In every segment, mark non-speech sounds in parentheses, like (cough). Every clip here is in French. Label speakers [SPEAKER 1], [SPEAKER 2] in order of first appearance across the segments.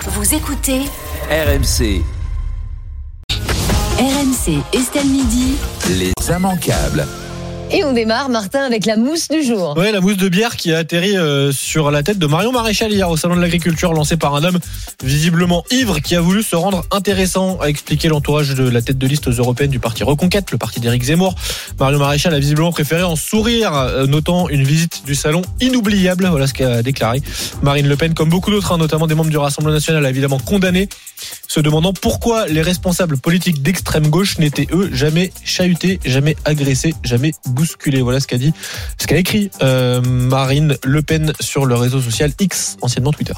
[SPEAKER 1] Vous écoutez
[SPEAKER 2] RMC,
[SPEAKER 1] RMC Estelle Midi.
[SPEAKER 2] les immanquables.
[SPEAKER 3] Et on démarre, Martin, avec la mousse du jour.
[SPEAKER 4] Ouais, la mousse de bière qui a atterri euh, sur la tête de Marion Maréchal hier au salon de l'agriculture lancé par un homme visiblement ivre qui a voulu se rendre intéressant, a expliqué l'entourage de la tête de liste européenne du parti Reconquête, le parti d'Éric Zemmour. Marion Maréchal a visiblement préféré en sourire, euh, notant une visite du salon inoubliable, voilà ce qu'a déclaré Marine Le Pen, comme beaucoup d'autres, hein, notamment des membres du Rassemblement National, a évidemment condamné, se demandant pourquoi les responsables politiques d'extrême gauche n'étaient eux jamais chahutés, jamais agressés, jamais bousculés. Voilà ce qu'a dit ce qu'a écrit euh, Marine Le Pen sur le réseau social X, anciennement Twitter.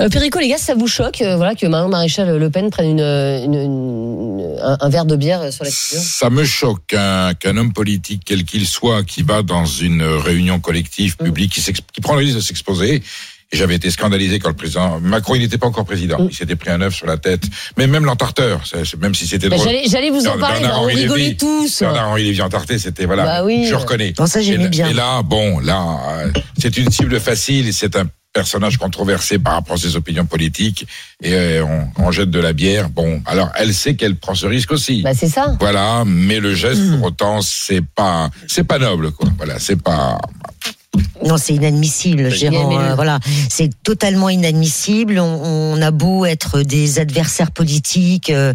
[SPEAKER 3] Euh, Perico, les gars, ça vous choque euh, voilà, que Marion Maréchal Le Pen prenne une, euh, une- une- un, un verre de bière euh, sur la figure
[SPEAKER 5] Ça me choque qu'un qu'un homme politique, quel qu'il soit, qui va dans une réunion collective
[SPEAKER 3] Mm.
[SPEAKER 5] publique, qui, s'exp- qui prend le risque de s'exposer. Et j'avais été scandalisé quand le président Macron, il n'était pas encore président.
[SPEAKER 3] Mm.
[SPEAKER 5] Il s'était pris un œuf sur la tête. Mais même l'entarteur, ça, c'est- même si c'était
[SPEAKER 3] Bah,
[SPEAKER 5] drôle.
[SPEAKER 3] J'allais j'allais vous en
[SPEAKER 5] Bernard-
[SPEAKER 3] parler,
[SPEAKER 5] Bernard
[SPEAKER 3] bah, on
[SPEAKER 5] Henri
[SPEAKER 3] rigolait
[SPEAKER 5] Lévy.
[SPEAKER 3] tous.
[SPEAKER 5] Bernard-Henri Lévy entarté, c'était voilà.
[SPEAKER 3] Bah oui.
[SPEAKER 5] Je reconnais.
[SPEAKER 6] Bon, ça, j'aimais
[SPEAKER 5] et,
[SPEAKER 6] bien.
[SPEAKER 5] et là, bon, là, euh, c'est une cible facile. C'est un personnage controversé par rapport à ses opinions politiques. Et euh, on, on jette de la bière. Bon, alors elle sait qu'elle prend ce risque aussi.
[SPEAKER 3] Bah, c'est ça.
[SPEAKER 5] Voilà, mais le geste,
[SPEAKER 6] Hmm.
[SPEAKER 5] pour autant, c'est pas, c'est pas noble, quoi. Voilà, c'est pas.
[SPEAKER 6] Non, c'est inadmissible,
[SPEAKER 3] Bah,
[SPEAKER 6] Gérard.
[SPEAKER 3] mais le-
[SPEAKER 6] euh, voilà, c'est totalement inadmissible. On, on a beau être des adversaires politiques, euh,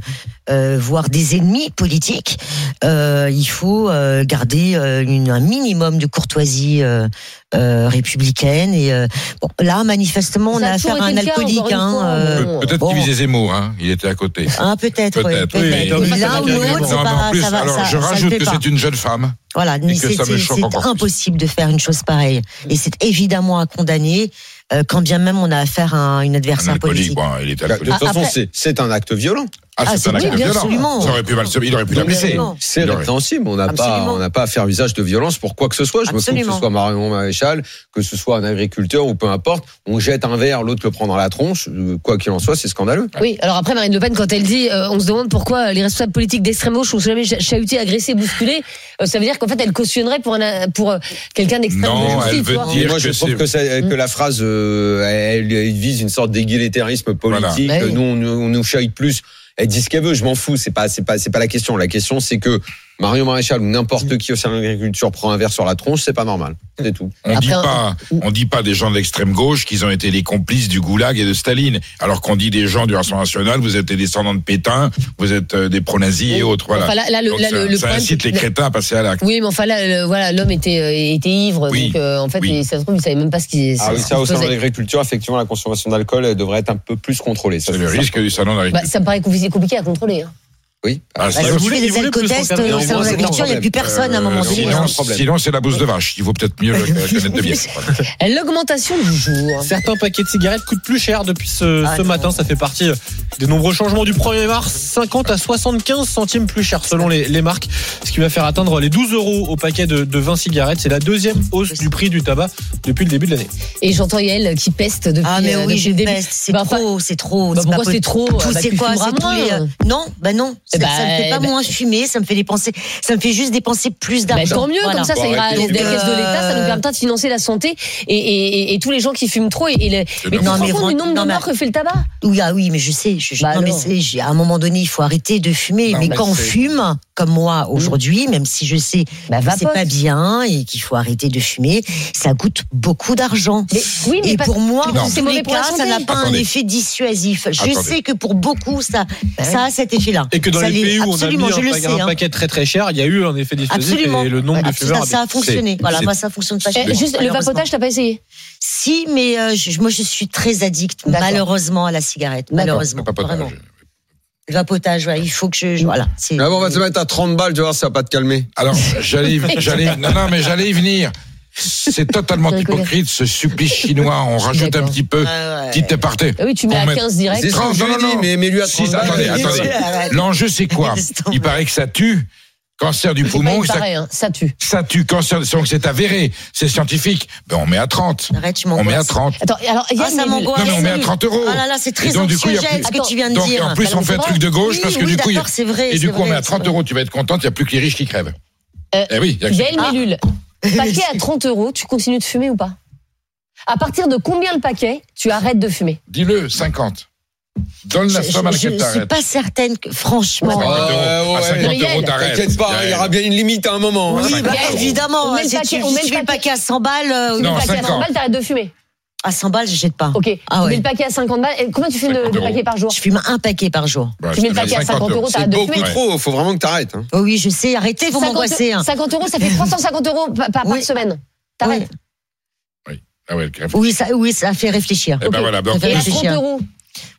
[SPEAKER 6] euh, voire des ennemis politiques, euh, il faut euh, garder euh, une- un minimum de courtoisie euh, euh, républicaine. Et euh, bon, là, manifestement, on
[SPEAKER 3] Ça
[SPEAKER 6] a
[SPEAKER 3] a toujours
[SPEAKER 6] affaire à un
[SPEAKER 3] été le cas,
[SPEAKER 6] alcoolique.
[SPEAKER 3] encore une
[SPEAKER 6] hein,
[SPEAKER 3] fois,
[SPEAKER 6] euh,
[SPEAKER 3] Bon,
[SPEAKER 5] Peut-être
[SPEAKER 6] bon.
[SPEAKER 5] qu'il visait Zemmour, hein. Il était à côté.
[SPEAKER 6] hein, peut-être, ouais,
[SPEAKER 5] Peut-être, oui,
[SPEAKER 6] peut-être.
[SPEAKER 4] mais
[SPEAKER 6] Et Là,
[SPEAKER 4] non,
[SPEAKER 6] ou l'autre, c'est
[SPEAKER 5] Non, mais en
[SPEAKER 6] pas-
[SPEAKER 5] plus,
[SPEAKER 6] bah, ça va,
[SPEAKER 5] alors,
[SPEAKER 6] ça-
[SPEAKER 5] je
[SPEAKER 6] ça le
[SPEAKER 5] rajoute
[SPEAKER 6] fait
[SPEAKER 5] que
[SPEAKER 6] pas.
[SPEAKER 5] c'est une jeune femme.
[SPEAKER 6] Voilà, mais
[SPEAKER 5] que
[SPEAKER 6] c'est
[SPEAKER 5] ça me
[SPEAKER 6] c'est-
[SPEAKER 5] choque
[SPEAKER 6] c'est
[SPEAKER 5] encore plus.
[SPEAKER 6] impossible de faire une chose pareille. Et c'est évidemment à condamner, euh, quand bien même on a affaire à un- une
[SPEAKER 5] Un
[SPEAKER 6] adversaire
[SPEAKER 5] alcoolique,
[SPEAKER 6] politique.
[SPEAKER 5] bon, il était à
[SPEAKER 7] Bah, De toute
[SPEAKER 5] l'alcoolique.
[SPEAKER 6] Ah,
[SPEAKER 7] façon,
[SPEAKER 6] après-
[SPEAKER 7] c'est- c'est un acte violent.
[SPEAKER 5] Ah,
[SPEAKER 6] ah,
[SPEAKER 5] c'est un
[SPEAKER 6] c'est-
[SPEAKER 5] acte
[SPEAKER 6] oui,
[SPEAKER 5] violent.
[SPEAKER 6] absolument.
[SPEAKER 5] Ça aurait pu mal, il aurait pu la blesser.
[SPEAKER 6] Absolument.
[SPEAKER 7] C'est
[SPEAKER 5] Il aurait-
[SPEAKER 7] répréhensible. On n'a pas,
[SPEAKER 6] Absolument.
[SPEAKER 7] on n'a pas à faire usage de violence pour quoi que ce soit. Je me
[SPEAKER 6] Absolument.
[SPEAKER 7] trouve que ce soit Marion Maréchal, que ce soit un agriculteur ou peu importe, on jette un verre, l'autre le prend dans la tronche. Euh, Quoi qu'il en soit, c'est scandaleux.
[SPEAKER 3] Oui, alors après, Marine Le Pen, quand elle dit euh, on se demande pourquoi les responsables politiques d'extrême gauche ont jamais cha- chahuté, agressé, bousculé, euh, ça veut dire qu'en fait, elle cautionnerait pour, un, pour euh, quelqu'un d'extrême
[SPEAKER 5] Non,
[SPEAKER 3] gauche. aussi,
[SPEAKER 5] elle
[SPEAKER 3] tu
[SPEAKER 5] veut
[SPEAKER 3] vois.
[SPEAKER 5] dire-
[SPEAKER 7] Et moi, je
[SPEAKER 5] que
[SPEAKER 7] trouve
[SPEAKER 5] c'est-
[SPEAKER 7] que, ça- que la phrase, euh, elle, elle vise une sorte d'égalitarisme politique.
[SPEAKER 6] Bah
[SPEAKER 3] Voilà.
[SPEAKER 7] Euh, Nous, on, nous- on nous chahute plus. Elle dit ce qu'elle veut, je m'en fous. C'est pas, c'est pas, c'est pas la question. La question, c'est que Marion Maréchal ou
[SPEAKER 6] Mm.
[SPEAKER 7] n'importe qui au sein de l'agriculture prend un verre sur la tronche, c'est pas normal. C'est tout.
[SPEAKER 5] On dit
[SPEAKER 3] Après,
[SPEAKER 5] pas, on dit pas des gens de l'extrême gauche qu'ils ont été les complices du goulag et de Staline. Alors qu'on dit des gens du Rassemblement National, vous êtes des descendants de Pétain, vous êtes euh, des pro-nazis et autres, voilà.
[SPEAKER 3] Enfin, là, là, le,
[SPEAKER 5] Donc
[SPEAKER 3] là,
[SPEAKER 5] ça,
[SPEAKER 3] le- le
[SPEAKER 5] ça
[SPEAKER 3] problème,
[SPEAKER 5] incite
[SPEAKER 3] c'est
[SPEAKER 5] les
[SPEAKER 3] que-
[SPEAKER 5] crétins à passer à l'acte.
[SPEAKER 3] Oui, mais enfin là, euh, voilà, l'homme était, euh, était ivre,
[SPEAKER 5] Oui.
[SPEAKER 3] donc euh, en fait,
[SPEAKER 5] Oui.
[SPEAKER 3] il- ça se trouve, il savait même pas ce qu'il
[SPEAKER 7] Ah
[SPEAKER 3] ce
[SPEAKER 7] oui,
[SPEAKER 3] qu'il
[SPEAKER 7] ça, au sein de
[SPEAKER 3] faisait.
[SPEAKER 7] l'agriculture, effectivement, la consommation d'alcool elle devrait être un peu plus contrôlée. Ça,
[SPEAKER 5] C'est le
[SPEAKER 7] ça.
[SPEAKER 5] risque du salon
[SPEAKER 3] Bah,
[SPEAKER 5] d'agriculture.
[SPEAKER 3] ça me paraît compli- compliqué à contrôler. hein.
[SPEAKER 7] Oui.
[SPEAKER 5] Ah,
[SPEAKER 6] Bah,
[SPEAKER 5] sinon,
[SPEAKER 4] Il
[SPEAKER 6] si tu
[SPEAKER 4] voulait-
[SPEAKER 6] fais
[SPEAKER 4] il
[SPEAKER 6] des
[SPEAKER 4] voulait plus
[SPEAKER 6] alcotests
[SPEAKER 4] qu'on
[SPEAKER 6] euh, au
[SPEAKER 4] cadre.
[SPEAKER 6] salon
[SPEAKER 7] Non,
[SPEAKER 6] de l'agriculture, il n'y a plus personne à un moment
[SPEAKER 5] Euh,
[SPEAKER 6] donné.
[SPEAKER 7] c'est
[SPEAKER 5] Sinon,
[SPEAKER 7] un
[SPEAKER 6] hein.
[SPEAKER 7] problème.
[SPEAKER 5] sinon, c'est la bouse de vache. Il vaut peut-être mieux la canette de bière.
[SPEAKER 3] L'augmentation du jour.
[SPEAKER 4] Certains paquets de cigarettes coûtent plus cher depuis ce,
[SPEAKER 6] Ah
[SPEAKER 4] ce
[SPEAKER 6] non.
[SPEAKER 4] matin. Ça fait partie des nombreux changements du 1er mars. 50 à 75 centimes plus cher selon les, les marques, ce qui va faire atteindre les 12 euros au paquet de, de 20 cigarettes. C'est la deuxième hausse du prix du tabac depuis le début de l'année.
[SPEAKER 3] Et j'entends Yael qui peste depuis,
[SPEAKER 6] Ah mais
[SPEAKER 3] euh,
[SPEAKER 6] oui,
[SPEAKER 3] depuis
[SPEAKER 6] je
[SPEAKER 3] le début.
[SPEAKER 6] peste, c'est
[SPEAKER 3] Bah, enfin,
[SPEAKER 6] trop, c'est trop.
[SPEAKER 3] bah,
[SPEAKER 6] pas
[SPEAKER 3] pourquoi c'est
[SPEAKER 6] possible.
[SPEAKER 3] trop
[SPEAKER 6] Tout,
[SPEAKER 3] Bah,
[SPEAKER 6] c'est
[SPEAKER 3] tu
[SPEAKER 6] quoi
[SPEAKER 3] fumeras
[SPEAKER 6] C'est tous les,
[SPEAKER 3] moins.
[SPEAKER 6] euh, Non, bah non, ça,
[SPEAKER 3] bah,
[SPEAKER 6] ça me fait pas
[SPEAKER 3] bah-
[SPEAKER 6] moins fumer, ça me fait dépenser, ça me fait juste dépenser plus
[SPEAKER 3] Bah,
[SPEAKER 6] d'argent.
[SPEAKER 3] tant mieux,
[SPEAKER 6] Voilà.
[SPEAKER 3] comme ça, ça
[SPEAKER 7] Bon,
[SPEAKER 3] ira à la
[SPEAKER 7] arrêtez.
[SPEAKER 3] caisse de l'État, ça nous
[SPEAKER 6] Euh,
[SPEAKER 3] permettra de financer la santé et, et- et- et tous les gens qui fument trop. Et, et les-
[SPEAKER 5] C'est
[SPEAKER 3] Mais tu te
[SPEAKER 5] dommage.
[SPEAKER 3] rends
[SPEAKER 6] Non, mais
[SPEAKER 3] compte
[SPEAKER 6] vraiment-
[SPEAKER 3] du nombre
[SPEAKER 6] non,
[SPEAKER 3] de
[SPEAKER 6] mais-
[SPEAKER 3] morts que fait le tabac
[SPEAKER 6] Oui, ah oui, mais je sais. Je, je-
[SPEAKER 3] Bah
[SPEAKER 6] non, mais
[SPEAKER 3] alors.
[SPEAKER 6] c'est- j'ai- à un moment donné, il faut arrêter de fumer.
[SPEAKER 7] Non,
[SPEAKER 6] mais
[SPEAKER 7] mais
[SPEAKER 6] quand on
[SPEAKER 7] c'est-
[SPEAKER 6] fume, comme moi aujourd'hui, même si je sais
[SPEAKER 3] Mm. Bah,
[SPEAKER 6] que
[SPEAKER 3] va
[SPEAKER 6] c'est pas bien et qu'il faut arrêter de fumer, ça coûte beaucoup d'argent.
[SPEAKER 3] Mais- oui, mais
[SPEAKER 6] et
[SPEAKER 3] pas-
[SPEAKER 6] pour moi,
[SPEAKER 3] mais
[SPEAKER 6] en
[SPEAKER 3] c'est
[SPEAKER 6] tous
[SPEAKER 3] mauvais
[SPEAKER 6] les
[SPEAKER 3] pour la
[SPEAKER 6] cas, ça
[SPEAKER 3] santé.
[SPEAKER 6] n'a pas
[SPEAKER 5] Attendez.
[SPEAKER 6] un effet dissuasif. Je
[SPEAKER 5] Attendez.
[SPEAKER 6] sais que pour beaucoup, ça,
[SPEAKER 3] Bah
[SPEAKER 6] ça a cet effet-là.
[SPEAKER 4] Et que dans
[SPEAKER 6] Ça
[SPEAKER 4] les
[SPEAKER 6] l'est
[SPEAKER 4] pays où on a mis
[SPEAKER 6] absolument,
[SPEAKER 4] un,
[SPEAKER 6] je le
[SPEAKER 4] paquet-
[SPEAKER 6] sais,
[SPEAKER 4] un
[SPEAKER 6] hein.
[SPEAKER 4] paquet très très cher, il y a eu un effet dissuasif
[SPEAKER 6] Absolument.
[SPEAKER 4] et le nombre
[SPEAKER 6] Ouais, bah,
[SPEAKER 4] de fumeurs
[SPEAKER 6] ça,
[SPEAKER 4] a
[SPEAKER 6] ça a fonctionné. Voilà,
[SPEAKER 5] c'est-
[SPEAKER 6] moi, ça fonctionne pas. chez
[SPEAKER 3] Eh,
[SPEAKER 6] moi,
[SPEAKER 3] Juste le
[SPEAKER 6] malheureusement.
[SPEAKER 3] vapotage, t'as pas essayé
[SPEAKER 6] Si, mais euh, je- moi, je suis très addict,
[SPEAKER 3] D'accord.
[SPEAKER 6] malheureusement, à la cigarette. (laughs) Malheureusement.
[SPEAKER 5] Pas potage.
[SPEAKER 6] Vraiment. Le vapotage, ouais, il faut que je. je- voilà. c'est-
[SPEAKER 5] Ah
[SPEAKER 7] Mais bon, on
[SPEAKER 5] bah,
[SPEAKER 7] va se mettre à 30 balles, tu vois, ça va pas te calmer.
[SPEAKER 5] Alors, j'allais, j'allais, non, non, mais j'allais y venir. C'est
[SPEAKER 6] (laughs)
[SPEAKER 5] totalement
[SPEAKER 3] Je rigolais.
[SPEAKER 5] hypocrite, ce supplice chinois. On rajoute un
[SPEAKER 3] D'accord.
[SPEAKER 5] petit peu.
[SPEAKER 6] Ah ouais.
[SPEAKER 5] Petite aparté.
[SPEAKER 3] Ah Oui, tu mets
[SPEAKER 5] On
[SPEAKER 3] à
[SPEAKER 5] met-
[SPEAKER 3] 15 direct.
[SPEAKER 7] C'est ce que je
[SPEAKER 5] Non, non,
[SPEAKER 7] lui ai dit,
[SPEAKER 5] non.
[SPEAKER 7] mais, mais lui a 30
[SPEAKER 5] Si,
[SPEAKER 7] balles.
[SPEAKER 5] attendez,
[SPEAKER 7] Mais-
[SPEAKER 5] attendez.
[SPEAKER 6] Arrête.
[SPEAKER 5] L'enjeu, c'est
[SPEAKER 6] (laughs)
[SPEAKER 5] quoi?
[SPEAKER 6] Laisse tomber.
[SPEAKER 5] Il paraît que ça tue. Cancer du
[SPEAKER 3] C'est pas
[SPEAKER 5] poumon, que ça,
[SPEAKER 3] pareil, hein, ça tue.
[SPEAKER 5] ça tue. Cancer, donc c'est avéré. C'est scientifique. Ben, on met à 30.
[SPEAKER 6] Arrête, tu
[SPEAKER 5] On met à
[SPEAKER 6] m'angoisses.
[SPEAKER 5] 30.
[SPEAKER 3] Attends, alors, Yael,
[SPEAKER 6] Ah, ça
[SPEAKER 3] mais-
[SPEAKER 6] m'angoisse.
[SPEAKER 5] Non, mais on met à 30 euros.
[SPEAKER 6] Ah là là, c'est
[SPEAKER 5] Et
[SPEAKER 6] très
[SPEAKER 5] donc, du coup, il y a
[SPEAKER 6] anxiogène ce
[SPEAKER 3] plus-
[SPEAKER 6] que tu viens de
[SPEAKER 5] Donc,
[SPEAKER 6] dire.
[SPEAKER 5] en plus, on fait un truc de gauche
[SPEAKER 6] Oui,
[SPEAKER 5] parce que
[SPEAKER 6] oui,
[SPEAKER 5] du coup, il y a-
[SPEAKER 6] d'accord, c'est vrai.
[SPEAKER 5] et du
[SPEAKER 6] c'est
[SPEAKER 5] coup, on met
[SPEAKER 6] vrai,
[SPEAKER 5] à
[SPEAKER 6] c'est
[SPEAKER 5] 30
[SPEAKER 6] vrai.
[SPEAKER 5] euros. Tu vas être contente, il n'y a plus que les riches qui crèvent.
[SPEAKER 3] Euh,
[SPEAKER 5] eh oui, il y a que-
[SPEAKER 3] Yael
[SPEAKER 6] (laughs)
[SPEAKER 3] Mélule, paquet à 30 euros, tu continues de fumer ou pas À partir de combien le paquet, tu arrêtes de fumer
[SPEAKER 5] Ah, dis-le, 50. Donne
[SPEAKER 6] Je,
[SPEAKER 5] la somme à
[SPEAKER 6] je-
[SPEAKER 5] laquelle
[SPEAKER 6] je suis
[SPEAKER 5] t'arrêtes.
[SPEAKER 6] pas certaine que, franchement.
[SPEAKER 5] À 50 euros, à
[SPEAKER 7] Oh, Ouais,
[SPEAKER 5] 50
[SPEAKER 3] ouais.
[SPEAKER 5] euros, t'arrêtes.
[SPEAKER 7] T'inquiète pas,
[SPEAKER 5] Gaël.
[SPEAKER 7] il y aura bien une limite à un moment. hein.
[SPEAKER 6] Oui, bah,
[SPEAKER 5] Gaël,
[SPEAKER 3] on
[SPEAKER 6] évidemment.
[SPEAKER 3] met le
[SPEAKER 6] Si
[SPEAKER 3] paquet-
[SPEAKER 6] tu
[SPEAKER 3] on met
[SPEAKER 6] si
[SPEAKER 3] le
[SPEAKER 6] tu fais le
[SPEAKER 3] paquet-
[SPEAKER 6] paquet à 100 balles, euh,
[SPEAKER 5] Non,
[SPEAKER 3] le paquet à
[SPEAKER 5] 50.
[SPEAKER 3] 100 balles, t'arrêtes de fumer.
[SPEAKER 6] à 100 balles, je jette pas.
[SPEAKER 3] Ok.
[SPEAKER 6] Ah
[SPEAKER 3] Tu
[SPEAKER 6] ouais.
[SPEAKER 3] mets le paquet à 50 balles. Et combien tu fumes de,
[SPEAKER 5] 50
[SPEAKER 3] de
[SPEAKER 5] euros.
[SPEAKER 3] paquets par jour
[SPEAKER 6] Je fume un paquet par jour.
[SPEAKER 5] Bah,
[SPEAKER 3] Tu
[SPEAKER 5] je
[SPEAKER 3] mets
[SPEAKER 5] te
[SPEAKER 3] le paquet à
[SPEAKER 5] donne
[SPEAKER 3] 50 euros, t'arrêtes
[SPEAKER 7] C'est
[SPEAKER 3] de
[SPEAKER 7] beaucoup
[SPEAKER 3] fumer.
[SPEAKER 7] trop, faut vraiment que t'arrêtes. hein.
[SPEAKER 6] Oh oui, je sais, arrêtez, vous m'angoissez. hein.
[SPEAKER 3] 50 euros, ça fait 350 euros pa- par, par
[SPEAKER 6] Oui.
[SPEAKER 3] semaine. T'arrêtes.
[SPEAKER 5] Ah ouais, le crève.
[SPEAKER 6] Oui, ça, oui, ça fait réfléchir.
[SPEAKER 5] Eh ben voilà, donc,
[SPEAKER 6] Ça fait
[SPEAKER 3] Et à
[SPEAKER 6] réfléchir.
[SPEAKER 3] 30 euros,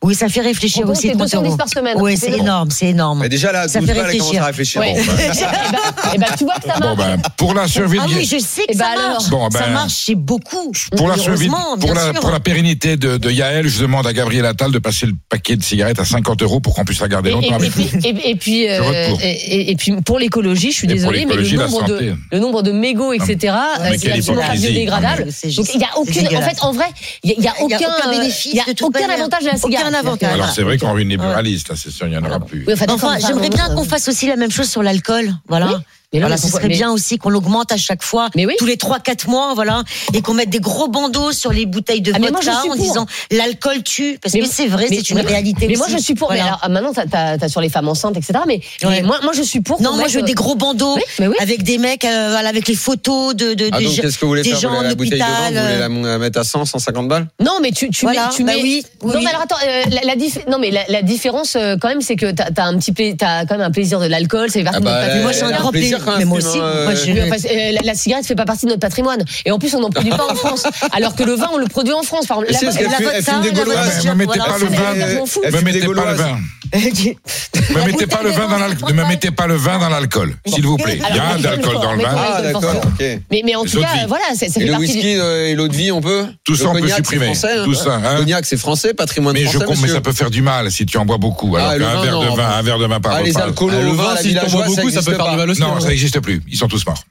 [SPEAKER 6] Oui, ça fait réfléchir
[SPEAKER 3] en gros,
[SPEAKER 6] aussi.
[SPEAKER 3] c'est
[SPEAKER 6] 30
[SPEAKER 3] 210
[SPEAKER 6] euros.
[SPEAKER 3] par semaine.
[SPEAKER 6] Oui, c'est énorme, c'est énorme.
[SPEAKER 7] Mais déjà là,
[SPEAKER 6] Ça
[SPEAKER 7] 12
[SPEAKER 6] fait
[SPEAKER 7] balles, elle commence à
[SPEAKER 6] réfléchir.
[SPEAKER 7] réfléchir.
[SPEAKER 3] Ouais. (laughs)
[SPEAKER 7] Bon, bah,
[SPEAKER 3] et, bah, tu vois que ça
[SPEAKER 5] Bon,
[SPEAKER 3] marche.
[SPEAKER 5] ben, pour la survie
[SPEAKER 6] Ah
[SPEAKER 5] de
[SPEAKER 6] oui, je sais que
[SPEAKER 3] Eh
[SPEAKER 6] ça
[SPEAKER 3] ben
[SPEAKER 6] marche.
[SPEAKER 3] alors.
[SPEAKER 5] Bon, ben,
[SPEAKER 6] ça marche, c'est beaucoup.
[SPEAKER 5] Pour la, survie,
[SPEAKER 6] Heureusement,
[SPEAKER 5] pour,
[SPEAKER 6] bien
[SPEAKER 5] la,
[SPEAKER 6] sûr.
[SPEAKER 5] pour la pérennité de, de Yael, je demande à Gabriel Attal de passer le paquet de cigarettes à 50 euros pour qu'on puisse la garder
[SPEAKER 3] Et,
[SPEAKER 5] longtemps
[SPEAKER 3] et- et
[SPEAKER 5] avec nous.
[SPEAKER 3] puis, et, et puis,
[SPEAKER 5] Je vote
[SPEAKER 3] euh,
[SPEAKER 5] pour.
[SPEAKER 3] et, et- et puis pour l'écologie, je suis
[SPEAKER 5] Et pour
[SPEAKER 3] désolée, mais le
[SPEAKER 5] l'écologie, la
[SPEAKER 3] nombre,
[SPEAKER 5] santé.
[SPEAKER 3] de, le nombre de mégots, etc., euh,
[SPEAKER 5] mais
[SPEAKER 3] c'est
[SPEAKER 5] quelle
[SPEAKER 3] absolument
[SPEAKER 5] hypocrisie.
[SPEAKER 3] biodégradable.
[SPEAKER 6] C'est
[SPEAKER 3] Donc
[SPEAKER 6] juste-
[SPEAKER 3] il y a
[SPEAKER 6] c'est
[SPEAKER 3] aucune, en
[SPEAKER 6] dégueulasse.
[SPEAKER 3] fait, en vrai, il y a- il y a
[SPEAKER 6] Il y
[SPEAKER 3] aucun,
[SPEAKER 6] a aucun
[SPEAKER 3] euh,
[SPEAKER 6] bénéfice,
[SPEAKER 3] il y a
[SPEAKER 6] de toute
[SPEAKER 3] aucun
[SPEAKER 6] manière.
[SPEAKER 3] avantage de la
[SPEAKER 6] Aucun
[SPEAKER 3] cigarette.
[SPEAKER 6] avantage.
[SPEAKER 5] Alors c'est vrai qu'on ruine les
[SPEAKER 6] Ouais.
[SPEAKER 5] buralistes, hein, c'est sûr, il n'y en aura plus.
[SPEAKER 3] Oui, enfin,
[SPEAKER 6] Mais enfin,
[SPEAKER 3] 50,
[SPEAKER 6] j'aimerais bien
[SPEAKER 3] pardon,
[SPEAKER 6] qu'on
[SPEAKER 3] euh,
[SPEAKER 6] fasse aussi la même chose sur l'alcool. Voilà.
[SPEAKER 3] Oui. Mais non,
[SPEAKER 6] voilà,
[SPEAKER 3] mais
[SPEAKER 6] ce
[SPEAKER 3] pourquoi-
[SPEAKER 6] serait
[SPEAKER 3] mais-
[SPEAKER 6] bien aussi qu'on l'augmente à chaque fois,
[SPEAKER 3] Mais oui.
[SPEAKER 6] tous les 3-4 mois, voilà, et qu'on mette des gros bandeaux sur les bouteilles de
[SPEAKER 3] Ah, mais moi,
[SPEAKER 6] vodka
[SPEAKER 3] je suis
[SPEAKER 6] en
[SPEAKER 3] pour.
[SPEAKER 6] disant l'alcool tue, parce
[SPEAKER 3] Mais-
[SPEAKER 6] que c'est vrai,
[SPEAKER 3] mais-
[SPEAKER 6] c'est une
[SPEAKER 3] mais-
[SPEAKER 6] réalité.
[SPEAKER 3] Mais moi,
[SPEAKER 6] aussi.
[SPEAKER 3] je suis pour. Mais
[SPEAKER 6] Voilà.
[SPEAKER 3] alors, ah, maintenant, t'as- t'as t'as sur les femmes enceintes, etc. Mais,
[SPEAKER 6] Ouais.
[SPEAKER 3] mais moi, moi, je suis pour.
[SPEAKER 6] non,
[SPEAKER 3] qu'on
[SPEAKER 6] moi
[SPEAKER 3] mette,
[SPEAKER 6] je veux
[SPEAKER 3] euh,
[SPEAKER 6] des gros bandeaux
[SPEAKER 3] oui, mais oui.
[SPEAKER 6] avec des mecs, euh, voilà, avec les photos de, de
[SPEAKER 7] Ah
[SPEAKER 6] des
[SPEAKER 7] donc
[SPEAKER 6] gens-
[SPEAKER 7] qu'est-ce que vous voulez
[SPEAKER 6] des
[SPEAKER 7] faire Vous
[SPEAKER 6] gens
[SPEAKER 7] voulez
[SPEAKER 6] en
[SPEAKER 7] la bouteille de vin
[SPEAKER 6] hôpital.
[SPEAKER 7] Vous voulez
[SPEAKER 6] euh,
[SPEAKER 7] la la mettre à 100, 150 balles
[SPEAKER 3] Non, mais tu, tu
[SPEAKER 6] Voilà,
[SPEAKER 3] mets. Tu
[SPEAKER 6] bah
[SPEAKER 3] mets...
[SPEAKER 6] oui, oui,
[SPEAKER 3] non,
[SPEAKER 6] oui.
[SPEAKER 3] mais alors attends, euh, la, la dif- non, mais la, la différence euh, quand même, c'est que t'as as un petit, pla... t'as quand même un plaisir de l'alcool,
[SPEAKER 7] Ah
[SPEAKER 3] ça fait
[SPEAKER 7] bah,
[SPEAKER 3] partie de notre
[SPEAKER 6] mais
[SPEAKER 3] patrimoine.
[SPEAKER 6] moi, j'ai un
[SPEAKER 7] elle a
[SPEAKER 6] grand
[SPEAKER 7] plaisir
[SPEAKER 6] plaisir.
[SPEAKER 7] quand même,
[SPEAKER 6] Mais moi
[SPEAKER 7] Steve,
[SPEAKER 6] aussi,
[SPEAKER 7] hein,
[SPEAKER 6] moi,
[SPEAKER 7] euh,
[SPEAKER 6] je-
[SPEAKER 3] Oui, enfin, c'est- euh, la, la cigarette fait pas partie de notre patrimoine. Et en plus, on n'en produit pas
[SPEAKER 7] (laughs)
[SPEAKER 3] en France. Alors que le vin, on le produit en France. Par exemple,
[SPEAKER 7] Si, parce
[SPEAKER 3] la-
[SPEAKER 7] qu'elle
[SPEAKER 3] la-
[SPEAKER 7] fume- elle
[SPEAKER 6] vodka,
[SPEAKER 7] fume des
[SPEAKER 6] la
[SPEAKER 7] Gauloises.
[SPEAKER 6] vodka,
[SPEAKER 5] Ne me mettez
[SPEAKER 6] voilà,
[SPEAKER 5] pas le
[SPEAKER 6] c'est-
[SPEAKER 5] vin.
[SPEAKER 3] je m'en fous.
[SPEAKER 5] Ne
[SPEAKER 7] Elle
[SPEAKER 5] me
[SPEAKER 7] fume des
[SPEAKER 5] mettez pas le
[SPEAKER 7] Gauloises.
[SPEAKER 5] vin.
[SPEAKER 7] (laughs)
[SPEAKER 3] Bah,
[SPEAKER 5] Ne mettez pas le vin dans l'alcool. Ne mettez pas le vin dans l'alcool, s'il vous plaît. Il y a
[SPEAKER 3] Alors,
[SPEAKER 5] de l'alcool dans le
[SPEAKER 3] mettons-
[SPEAKER 5] vin.
[SPEAKER 7] Ah
[SPEAKER 3] Alcool,
[SPEAKER 7] d'accord,
[SPEAKER 3] forcément.
[SPEAKER 7] ok. Et
[SPEAKER 3] mais, mais en
[SPEAKER 5] Les
[SPEAKER 3] tout
[SPEAKER 5] autres
[SPEAKER 3] cas,
[SPEAKER 5] vies.
[SPEAKER 3] voilà, ça, ça fait
[SPEAKER 7] le
[SPEAKER 3] partie du-
[SPEAKER 7] whisky euh, et l'eau de vie, on peut
[SPEAKER 5] Tout
[SPEAKER 7] Le
[SPEAKER 5] ça, on peut
[SPEAKER 7] cognac, c'est
[SPEAKER 5] supprimer.
[SPEAKER 7] français, hein.
[SPEAKER 5] Tout ça, hein.
[SPEAKER 7] Le Cognac, c'est français, patrimoine
[SPEAKER 5] Mais je
[SPEAKER 7] français,
[SPEAKER 5] comprends, mais
[SPEAKER 7] monsieur.
[SPEAKER 5] ça peut faire du mal si tu en bois beaucoup. Alors
[SPEAKER 7] Ah, le
[SPEAKER 5] qu'un
[SPEAKER 7] vin,
[SPEAKER 5] verre de
[SPEAKER 7] non.
[SPEAKER 5] vin, un verre de vin par
[SPEAKER 7] Ah, les
[SPEAKER 5] repas.
[SPEAKER 7] alcolos,
[SPEAKER 4] Ah,
[SPEAKER 7] au
[SPEAKER 4] le
[SPEAKER 7] vin,
[SPEAKER 4] vin,
[SPEAKER 7] la
[SPEAKER 4] si t'en bois
[SPEAKER 7] villageoise, ça
[SPEAKER 4] beaucoup, ça
[SPEAKER 7] existe
[SPEAKER 4] peut faire
[SPEAKER 7] pas.
[SPEAKER 4] du mal aussi.
[SPEAKER 5] Non,
[SPEAKER 4] hein.
[SPEAKER 5] ça n'existe plus. Ils sont tous morts.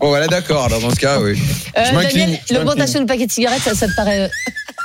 [SPEAKER 7] Bon voilà, d'accord, alors dans ce cas, oui.
[SPEAKER 3] Euh,
[SPEAKER 7] Je m'incline,
[SPEAKER 3] Daniel,
[SPEAKER 7] je
[SPEAKER 3] l'augmentation du paquet de cigarettes, ça, ça te paraît.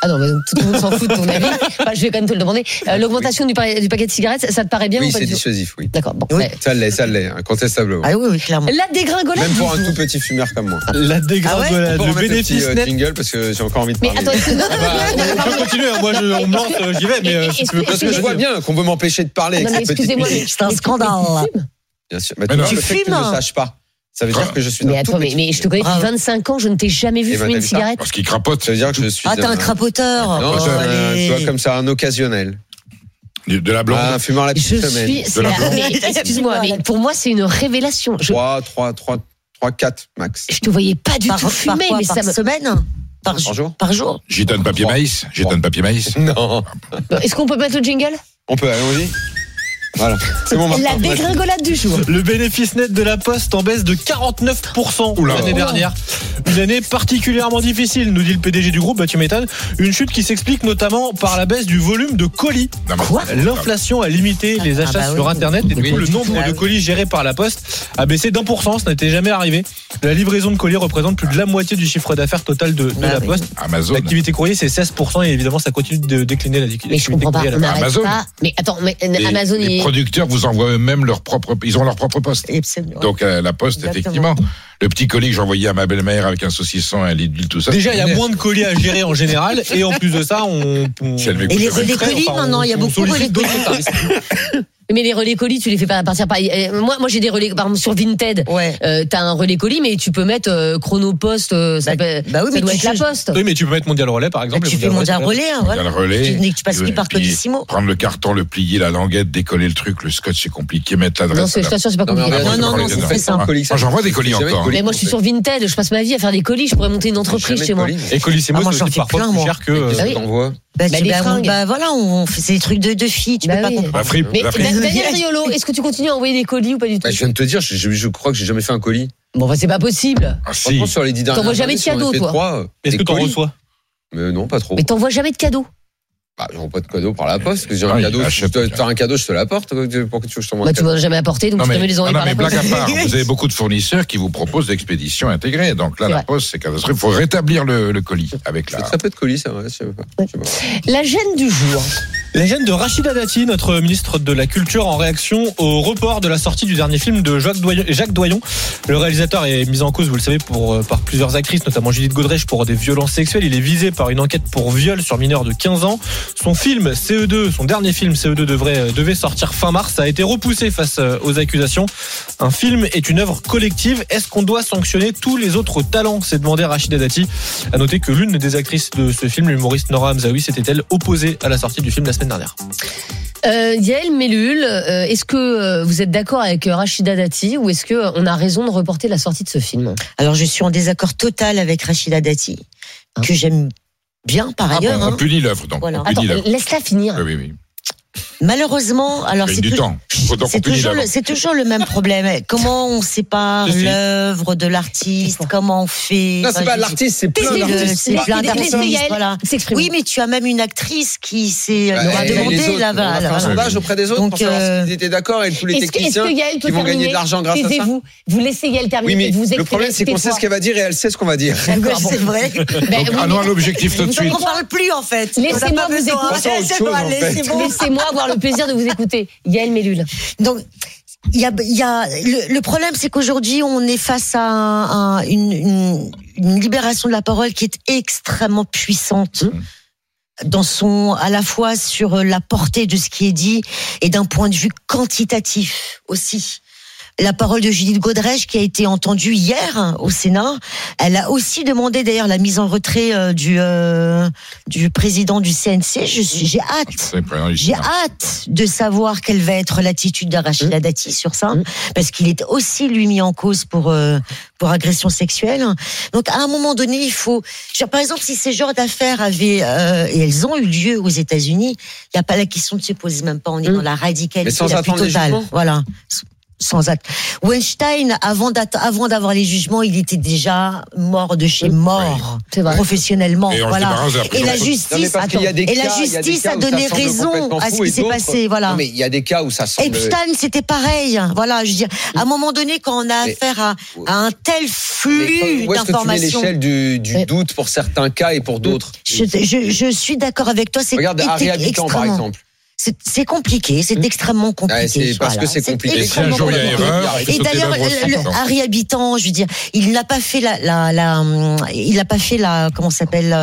[SPEAKER 3] Ah non, mais tout le monde s'en fout de
[SPEAKER 7] (laughs)
[SPEAKER 3] ton avis. Enfin, je vais quand même te le demander. Euh, l'augmentation du, pa- du paquet de cigarettes, ça, ça te paraît bien
[SPEAKER 7] Oui,
[SPEAKER 3] ou pas
[SPEAKER 7] c'est
[SPEAKER 3] du tout
[SPEAKER 7] dissuasif, oui.
[SPEAKER 3] D'accord, bon.
[SPEAKER 6] Oui.
[SPEAKER 3] ouais.
[SPEAKER 7] (laughs) Ça l'est, ça l'est, incontestablement.
[SPEAKER 6] Ah oui, oui, clairement.
[SPEAKER 3] La dégringolade.
[SPEAKER 7] Même pour
[SPEAKER 3] du
[SPEAKER 7] un
[SPEAKER 3] jour.
[SPEAKER 7] tout petit fumeur comme moi.
[SPEAKER 6] Ah
[SPEAKER 4] La dégringolade,
[SPEAKER 7] On peut
[SPEAKER 4] le
[SPEAKER 7] remettre
[SPEAKER 4] bénéfice
[SPEAKER 7] petit, euh,
[SPEAKER 4] net.
[SPEAKER 7] jingle parce que j'ai encore envie de
[SPEAKER 3] Mais
[SPEAKER 7] parler.
[SPEAKER 3] attends, est-ce que- non, non,
[SPEAKER 7] bah,
[SPEAKER 3] non, non,
[SPEAKER 4] Je
[SPEAKER 3] pardon.
[SPEAKER 4] peux continuer, hein, moi je, on me lance, euh, j'y vais, mais euh, si
[SPEAKER 3] Est-ce
[SPEAKER 4] tu veux
[SPEAKER 3] que-
[SPEAKER 7] Parce
[SPEAKER 4] continuer,
[SPEAKER 7] que
[SPEAKER 4] vas-y.
[SPEAKER 7] je vois bien qu'on veut m'empêcher de parler avec
[SPEAKER 3] Non, mais
[SPEAKER 7] cette petite
[SPEAKER 3] excusez-moi,
[SPEAKER 7] musique.
[SPEAKER 3] mais-
[SPEAKER 6] C'est un
[SPEAKER 3] mais tu-
[SPEAKER 6] scandale.
[SPEAKER 3] mais tu fumes
[SPEAKER 7] Bien sûr. Mais
[SPEAKER 5] Mais
[SPEAKER 7] tu
[SPEAKER 5] non.
[SPEAKER 7] vois, le fait que je
[SPEAKER 6] Tu fumes.
[SPEAKER 7] ne sache pas, ça veut dire que je suis
[SPEAKER 3] hein. Mais
[SPEAKER 7] un tout
[SPEAKER 3] attends, mais,
[SPEAKER 7] petit
[SPEAKER 3] mais je te connais depuis
[SPEAKER 6] Bravo.
[SPEAKER 3] 25 ans, je ne t'ai jamais vu
[SPEAKER 7] Eh ben,
[SPEAKER 3] fumer une
[SPEAKER 7] t'as vu ça
[SPEAKER 3] cigarette.
[SPEAKER 5] Parce qu'ils crapotent.
[SPEAKER 7] Ça veut dire que je suis
[SPEAKER 6] Ah, t'es un
[SPEAKER 7] Non,
[SPEAKER 6] crapoteur. Oh,
[SPEAKER 7] je- euh,
[SPEAKER 6] allez.
[SPEAKER 7] tu vois, comme ça, un occasionnel. Ah,
[SPEAKER 5] Du- De la
[SPEAKER 7] Un
[SPEAKER 5] blonde.
[SPEAKER 7] fumeur la
[SPEAKER 3] Je
[SPEAKER 7] petite semaine.
[SPEAKER 3] suis. c'est
[SPEAKER 5] la
[SPEAKER 3] la-
[SPEAKER 5] blonde.
[SPEAKER 3] mais Excuse-moi, mais pour moi, c'est une révélation. Je,
[SPEAKER 7] 3, 3, 3, 3, 4 max.
[SPEAKER 3] je te voyais pas du
[SPEAKER 6] par,
[SPEAKER 3] tout
[SPEAKER 6] par
[SPEAKER 3] fumer,
[SPEAKER 6] quoi,
[SPEAKER 3] mais
[SPEAKER 6] par
[SPEAKER 3] ça me.
[SPEAKER 6] semaine par,
[SPEAKER 7] Par jour
[SPEAKER 6] Par jour.
[SPEAKER 5] Gitane papier
[SPEAKER 7] Trois.
[SPEAKER 5] maïs. Gitane papier maïs.
[SPEAKER 7] Non.
[SPEAKER 3] Est-ce qu'on peut mettre le jingle
[SPEAKER 7] On peut, allons-y. Voilà. C'est bon,
[SPEAKER 3] La
[SPEAKER 7] Martin.
[SPEAKER 3] dégringolade du jour.
[SPEAKER 4] Le bénéfice net de la Poste en baisse de 49%
[SPEAKER 5] Oula.
[SPEAKER 4] l'année
[SPEAKER 5] Oula.
[SPEAKER 4] dernière. Une année particulièrement difficile, nous dit le PDG du groupe, bah tu m'étonnes. Une chute qui s'explique notamment par la baisse du volume de colis.
[SPEAKER 5] Non, mais-
[SPEAKER 6] Quoi
[SPEAKER 4] L'inflation a limité les
[SPEAKER 6] Ah,
[SPEAKER 4] achats
[SPEAKER 6] bah oui.
[SPEAKER 4] sur Internet et du
[SPEAKER 6] Oui.
[SPEAKER 4] coup le nombre
[SPEAKER 6] Ah
[SPEAKER 4] de
[SPEAKER 6] oui.
[SPEAKER 4] colis gérés par la Poste a baissé d'un pour cent, ce n'était jamais arrivé. La livraison de colis représente plus de la moitié du chiffre d'affaires total de, de
[SPEAKER 6] Ah
[SPEAKER 4] la
[SPEAKER 6] oui.
[SPEAKER 4] Poste.
[SPEAKER 5] Amazon.
[SPEAKER 4] L'activité courrier c'est 16% et évidemment ça continue de décliner la
[SPEAKER 3] Mais je
[SPEAKER 4] l'activité Ah bah,
[SPEAKER 3] comprends pas.
[SPEAKER 4] courrier à la
[SPEAKER 3] On
[SPEAKER 4] Poste.
[SPEAKER 3] n'arrête
[SPEAKER 5] Amazon.
[SPEAKER 3] pas. Mais attends, mais euh,
[SPEAKER 5] Les-
[SPEAKER 3] Amazon,
[SPEAKER 5] les
[SPEAKER 3] il-
[SPEAKER 5] producteurs vous envoient eux-mêmes leur propre, ils ont leur propre poste.
[SPEAKER 6] Et c'est- ouais.
[SPEAKER 5] Donc euh, la poste,
[SPEAKER 6] Exactement.
[SPEAKER 5] effectivement, le petit colis que j'envoyais à ma belle-mère avec un saucisson, un lit d'huile, tout ça.
[SPEAKER 4] Déjà, il y a
[SPEAKER 5] c'est
[SPEAKER 4] moins de colis à gérer en général, et en plus de ça, on. on-
[SPEAKER 5] Si elle veut
[SPEAKER 6] Et les
[SPEAKER 5] Enfin,
[SPEAKER 6] relais
[SPEAKER 4] Enfin,
[SPEAKER 6] colis,
[SPEAKER 4] on-
[SPEAKER 6] maintenant, il y a
[SPEAKER 4] on
[SPEAKER 6] beaucoup de relais
[SPEAKER 4] sollicite
[SPEAKER 6] colis.
[SPEAKER 4] d'autres services.
[SPEAKER 3] Mais les relais colis, tu les fais pas partir par. euh, Moi, moi j'ai des relais, par exemple, sur Vinted.
[SPEAKER 6] Ouais.
[SPEAKER 3] Euh, t'as un relais colis, mais tu peux mettre euh, Chronopost, euh, ça,
[SPEAKER 6] Bah,
[SPEAKER 3] peut-
[SPEAKER 6] bah oui,
[SPEAKER 3] ça
[SPEAKER 6] mais
[SPEAKER 3] doit
[SPEAKER 6] tu
[SPEAKER 3] être la
[SPEAKER 6] juges-
[SPEAKER 3] poste.
[SPEAKER 4] Oui, mais tu peux mettre Mondial Relais, par exemple. et
[SPEAKER 6] Bah, tu fais
[SPEAKER 4] Mondial
[SPEAKER 6] monter un
[SPEAKER 4] Relais,
[SPEAKER 6] relais, hein,
[SPEAKER 5] Il y a
[SPEAKER 6] voilà.
[SPEAKER 5] le relais.
[SPEAKER 6] Tu, tu passes
[SPEAKER 5] Et
[SPEAKER 6] plus par
[SPEAKER 5] puis,
[SPEAKER 6] Colissimo.
[SPEAKER 5] Prendre le carton, le plier, la languette, décoller le truc, le scotch, c'est compliqué, mettre
[SPEAKER 3] Non,
[SPEAKER 5] l'adresse.
[SPEAKER 3] c'est- je t'assure, c'est pas
[SPEAKER 7] Non, mais
[SPEAKER 3] compliqué.
[SPEAKER 7] en
[SPEAKER 5] Ah,
[SPEAKER 6] Non,
[SPEAKER 7] réalité,
[SPEAKER 6] non,
[SPEAKER 5] c'est
[SPEAKER 6] non,
[SPEAKER 7] on
[SPEAKER 5] pour
[SPEAKER 7] fait
[SPEAKER 6] c'est
[SPEAKER 5] les
[SPEAKER 6] très
[SPEAKER 5] enfants.
[SPEAKER 7] un
[SPEAKER 6] simple.
[SPEAKER 7] colis, ça.
[SPEAKER 5] Ah, j'envoie des colis
[SPEAKER 7] C'est jamais
[SPEAKER 5] encore.
[SPEAKER 7] colis.
[SPEAKER 3] Mais moi, je suis sur Vinted, je passe ma vie à faire des colis, je pourrais monter une entreprise
[SPEAKER 7] Jamais
[SPEAKER 3] chez
[SPEAKER 7] de
[SPEAKER 3] moi.
[SPEAKER 7] colis.
[SPEAKER 4] Et Colissimo,
[SPEAKER 6] Ah, moi,
[SPEAKER 4] c'est
[SPEAKER 6] j'en
[SPEAKER 4] aussi
[SPEAKER 6] fais
[SPEAKER 4] parfois
[SPEAKER 6] plein,
[SPEAKER 4] plus
[SPEAKER 6] moi.
[SPEAKER 4] cher que. euh,
[SPEAKER 7] Qu'est-ce
[SPEAKER 3] Ah oui.
[SPEAKER 7] que t'envoies
[SPEAKER 6] Bah,
[SPEAKER 3] Bah,
[SPEAKER 6] tu-
[SPEAKER 3] les
[SPEAKER 6] bah, on-
[SPEAKER 3] fringues.
[SPEAKER 6] bah, voilà, on fait c'est des trucs de, de filles, tu
[SPEAKER 3] Bah
[SPEAKER 6] peux pas
[SPEAKER 3] oui.
[SPEAKER 6] comprendre.
[SPEAKER 5] La fripe,
[SPEAKER 3] Mais
[SPEAKER 5] la fripe.
[SPEAKER 3] Da- Daniel Riolo, est-ce que tu continues à envoyer des colis ou pas du tout
[SPEAKER 7] Bah, Je viens de te dire, je, je- je crois que j'ai jamais fait un colis.
[SPEAKER 3] Bon, bah, c'est pas possible.
[SPEAKER 5] Ah, si.
[SPEAKER 7] Franchement, sur les dix dernières
[SPEAKER 3] T'envoies jamais
[SPEAKER 7] années,
[SPEAKER 3] de
[SPEAKER 7] si on en
[SPEAKER 3] cadeaux,
[SPEAKER 7] fait
[SPEAKER 3] toi
[SPEAKER 7] trois, euh,
[SPEAKER 4] Est-ce
[SPEAKER 7] des
[SPEAKER 4] que t'en
[SPEAKER 7] colis.
[SPEAKER 4] reçois
[SPEAKER 7] Mais non, pas trop.
[SPEAKER 3] Mais t'envoies jamais de cadeaux.
[SPEAKER 7] Bah, j'envoie pas de cadeau par la poste. parce que J'ai
[SPEAKER 5] Ah,
[SPEAKER 7] un
[SPEAKER 5] il
[SPEAKER 7] cadeau.
[SPEAKER 5] achète.
[SPEAKER 7] T'as t'as un cadeau, je te l'apporte. Pourquoi tu pourquoi tu veux que je t'envoie
[SPEAKER 3] Bah,
[SPEAKER 7] un
[SPEAKER 3] tu
[SPEAKER 7] cadeau
[SPEAKER 3] m'en as jamais apporté, donc
[SPEAKER 5] Non
[SPEAKER 3] tu
[SPEAKER 5] mais,
[SPEAKER 3] peux les envoyer
[SPEAKER 5] non,
[SPEAKER 3] par
[SPEAKER 5] mais
[SPEAKER 3] la poste.
[SPEAKER 5] blague
[SPEAKER 3] (laughs)
[SPEAKER 5] à part, vous avez beaucoup de fournisseurs qui vous proposent l'expédition intégrée. Donc là,
[SPEAKER 3] C'est
[SPEAKER 5] la
[SPEAKER 3] vrai.
[SPEAKER 5] poste, c'est catastrophique. Il faut rétablir le, le colis avec
[SPEAKER 7] Je fais
[SPEAKER 5] la.
[SPEAKER 7] Très peu de colis, ça, ouais, je sais pas. Je sais pas.
[SPEAKER 3] La gêne du jour.
[SPEAKER 4] La gêne de Rachida Dati, notre ministre de la Culture, en réaction au report de la sortie du dernier film de Jacques Doyon. Jacques Doyon. Le réalisateur est mis en cause, vous le savez, pour, euh, par plusieurs actrices, notamment Judith Godrèche, pour des violences sexuelles. Il est visé par une enquête pour viol sur mineur de 15 ans. Son film CE2, son dernier film CE2 devrait, euh, devait sortir fin mars, Ça a été repoussé face euh, aux accusations. Un film est une œuvre collective. Est-ce qu'on doit sanctionner tous les autres talents C'est demandé Rachida Dati. À noter que l'une des actrices de ce film, l'humoriste Nora Hamzaoui, s'était-elle opposée à la sortie du film la semaine dernière.
[SPEAKER 3] Euh, Yael Mellul, euh, est-ce que euh, vous êtes d'accord avec euh, Rachida Dati ou est-ce que euh, on a raison de reporter la sortie de ce film
[SPEAKER 6] Alors, je suis en désaccord total avec Rachida Dati,
[SPEAKER 3] Ah.
[SPEAKER 6] que j'aime bien par
[SPEAKER 5] Ah,
[SPEAKER 6] ailleurs.
[SPEAKER 5] bon, on
[SPEAKER 6] hein.
[SPEAKER 5] punit l'œuvre, donc.
[SPEAKER 6] Voilà.
[SPEAKER 5] On
[SPEAKER 3] Attends,
[SPEAKER 5] punit l'œuvre.
[SPEAKER 3] laisse-la finir.
[SPEAKER 7] Euh,
[SPEAKER 5] Oui, oui, oui.
[SPEAKER 6] Malheureusement, alors
[SPEAKER 5] Gagne
[SPEAKER 6] c'est
[SPEAKER 5] du
[SPEAKER 6] tout-
[SPEAKER 5] temps. Autant qu'on
[SPEAKER 6] C'est
[SPEAKER 5] punit
[SPEAKER 6] toujours,
[SPEAKER 5] l'œuvre.
[SPEAKER 6] le, c'est toujours le même (laughs) problème. Comment on sépare
[SPEAKER 5] Si, si.
[SPEAKER 6] l'œuvre de l'artiste Comment on fait
[SPEAKER 7] Non, c'est
[SPEAKER 6] Enfin,
[SPEAKER 7] pas
[SPEAKER 6] je-
[SPEAKER 7] l'artiste, c'est plein
[SPEAKER 3] Qu'est-ce qu'il
[SPEAKER 6] Euh,
[SPEAKER 7] d'artistes.
[SPEAKER 6] C'est plein
[SPEAKER 3] Laissez
[SPEAKER 6] d'artistes.
[SPEAKER 3] Yael
[SPEAKER 6] Voilà.
[SPEAKER 3] S'exprimer.
[SPEAKER 6] Oui, mais tu as même une actrice qui s'est
[SPEAKER 7] Bah,
[SPEAKER 6] euh, leur a
[SPEAKER 7] et les
[SPEAKER 6] demandé
[SPEAKER 7] autres,
[SPEAKER 6] là-bas.
[SPEAKER 7] On a fait un
[SPEAKER 6] Alors,
[SPEAKER 7] sondage auprès des autres
[SPEAKER 6] Donc,
[SPEAKER 7] pour savoir
[SPEAKER 6] euh,
[SPEAKER 7] s'ils étaient d'accord et tous les
[SPEAKER 3] Est-ce que, est-ce
[SPEAKER 7] techniciens
[SPEAKER 3] que Yael peut
[SPEAKER 7] qui vont
[SPEAKER 3] terminer
[SPEAKER 7] gagner de l'argent grâce à ça.
[SPEAKER 3] Taisez-vous. Vous laissez Yael terminer.
[SPEAKER 7] Oui, mais
[SPEAKER 3] et vous
[SPEAKER 7] le
[SPEAKER 3] exprimez.
[SPEAKER 7] problème, c'est qu'on sait ce qu'elle va dire et elle sait ce qu'on va dire.
[SPEAKER 6] ouais,
[SPEAKER 3] D'accord, bon.
[SPEAKER 6] c'est (laughs) vrai.
[SPEAKER 3] Ben
[SPEAKER 5] Donc,
[SPEAKER 3] oui,
[SPEAKER 5] allons à
[SPEAKER 3] mais-
[SPEAKER 5] l'objectif tout de
[SPEAKER 3] Vous en
[SPEAKER 5] suite.
[SPEAKER 6] On parle plus en fait.
[SPEAKER 3] Laissez-moi
[SPEAKER 6] On n'a pas
[SPEAKER 3] vous
[SPEAKER 6] besoin.
[SPEAKER 3] écouter.
[SPEAKER 7] Pensons à autre
[SPEAKER 6] C'est
[SPEAKER 7] chose,
[SPEAKER 6] bon,
[SPEAKER 7] en
[SPEAKER 6] allez,
[SPEAKER 7] fait.
[SPEAKER 6] c'est bon.
[SPEAKER 3] Laissez-moi avoir le plaisir de vous écouter. Yael Mellul.
[SPEAKER 6] Donc, il y a, il y a- le, le problème, c'est qu'aujourd'hui, on est face à un- un- une, une- une libération de la parole qui est extrêmement puissante. Dans son, à la fois sur la portée de ce qui est dit et d'un point de vue quantitatif aussi. La parole de Judith Godrèche qui a été entendue hier hein, au Sénat, elle a aussi demandé d'ailleurs la mise en retrait euh, du euh, du président du CNC. Je suis, j'ai hâte
[SPEAKER 5] C'est le président du
[SPEAKER 6] j'ai
[SPEAKER 5] Sénat.
[SPEAKER 6] hâte de savoir quelle va être l'attitude
[SPEAKER 7] Mmh.
[SPEAKER 6] d'Arachida Dati sur ça, parce qu'il est aussi lui mis en cause pour euh, pour agression sexuelle. Donc à un moment donné, il faut, je veux dire, par exemple, si ces genres d'affaires avaient euh, et elles ont eu lieu aux États-Unis, il n'y a pas la question de se poser même pas. On est
[SPEAKER 3] Mm.
[SPEAKER 6] dans la radicalité
[SPEAKER 7] Mmh. Mais sans
[SPEAKER 6] la plus
[SPEAKER 7] attendre les
[SPEAKER 6] totale.
[SPEAKER 7] jugements.
[SPEAKER 6] Voilà. Sans acte. Weinstein, avant d'att- avant d'avoir les jugements, il était déjà mort de
[SPEAKER 7] Mmh.
[SPEAKER 6] chez
[SPEAKER 3] Mm.
[SPEAKER 6] mort,
[SPEAKER 3] C'est vrai.
[SPEAKER 6] professionnellement.
[SPEAKER 5] Et on se
[SPEAKER 6] voilà.
[SPEAKER 5] débarrasse de la
[SPEAKER 6] Et la
[SPEAKER 5] prison.
[SPEAKER 7] Non, mais
[SPEAKER 6] justice,
[SPEAKER 7] parce qu'il y a
[SPEAKER 6] attends,
[SPEAKER 7] des
[SPEAKER 6] et la
[SPEAKER 7] cas- il y a des
[SPEAKER 6] justice
[SPEAKER 7] cas
[SPEAKER 6] a
[SPEAKER 7] où ça
[SPEAKER 6] donné
[SPEAKER 7] semble
[SPEAKER 6] raison
[SPEAKER 7] complètement
[SPEAKER 6] à ce
[SPEAKER 7] fou
[SPEAKER 6] qui
[SPEAKER 7] et
[SPEAKER 6] s'est
[SPEAKER 7] d'autres-
[SPEAKER 6] passé, voilà.
[SPEAKER 7] Non, mais il y a des cas où ça semble.
[SPEAKER 6] Epstein, c'était pareil. hein. Voilà, je veux dire, à un moment donné, quand on a
[SPEAKER 7] Mais-
[SPEAKER 6] affaire à, à un tel flux
[SPEAKER 7] Mais Où est-ce que tu mets
[SPEAKER 6] d'informations.
[SPEAKER 7] l'échelle du, du
[SPEAKER 3] Oui.
[SPEAKER 7] doute pour certains cas et pour d'autres
[SPEAKER 6] Je, je- je suis d'accord avec toi, c'est
[SPEAKER 7] Regarde
[SPEAKER 6] été-
[SPEAKER 7] Harry Habitant, par
[SPEAKER 6] extrêmement-
[SPEAKER 7] exemple. Hmm.
[SPEAKER 6] C'est c'est compliqué, c'est extrêmement compliqué.
[SPEAKER 7] Ouais, c'est parce
[SPEAKER 6] voilà.
[SPEAKER 7] que c'est compliqué.
[SPEAKER 5] Et si un
[SPEAKER 6] extrêmement
[SPEAKER 5] jour il y a
[SPEAKER 6] compliqué.
[SPEAKER 5] erreur, on fait
[SPEAKER 6] Et
[SPEAKER 5] sauter
[SPEAKER 6] d'ailleurs,
[SPEAKER 5] l'œuvre
[SPEAKER 6] le-
[SPEAKER 5] aussi.
[SPEAKER 6] le Harry Habitant, je veux dire, il n'a pas fait la, la, la hum, il n'a pas fait la, comment ça s'appelle,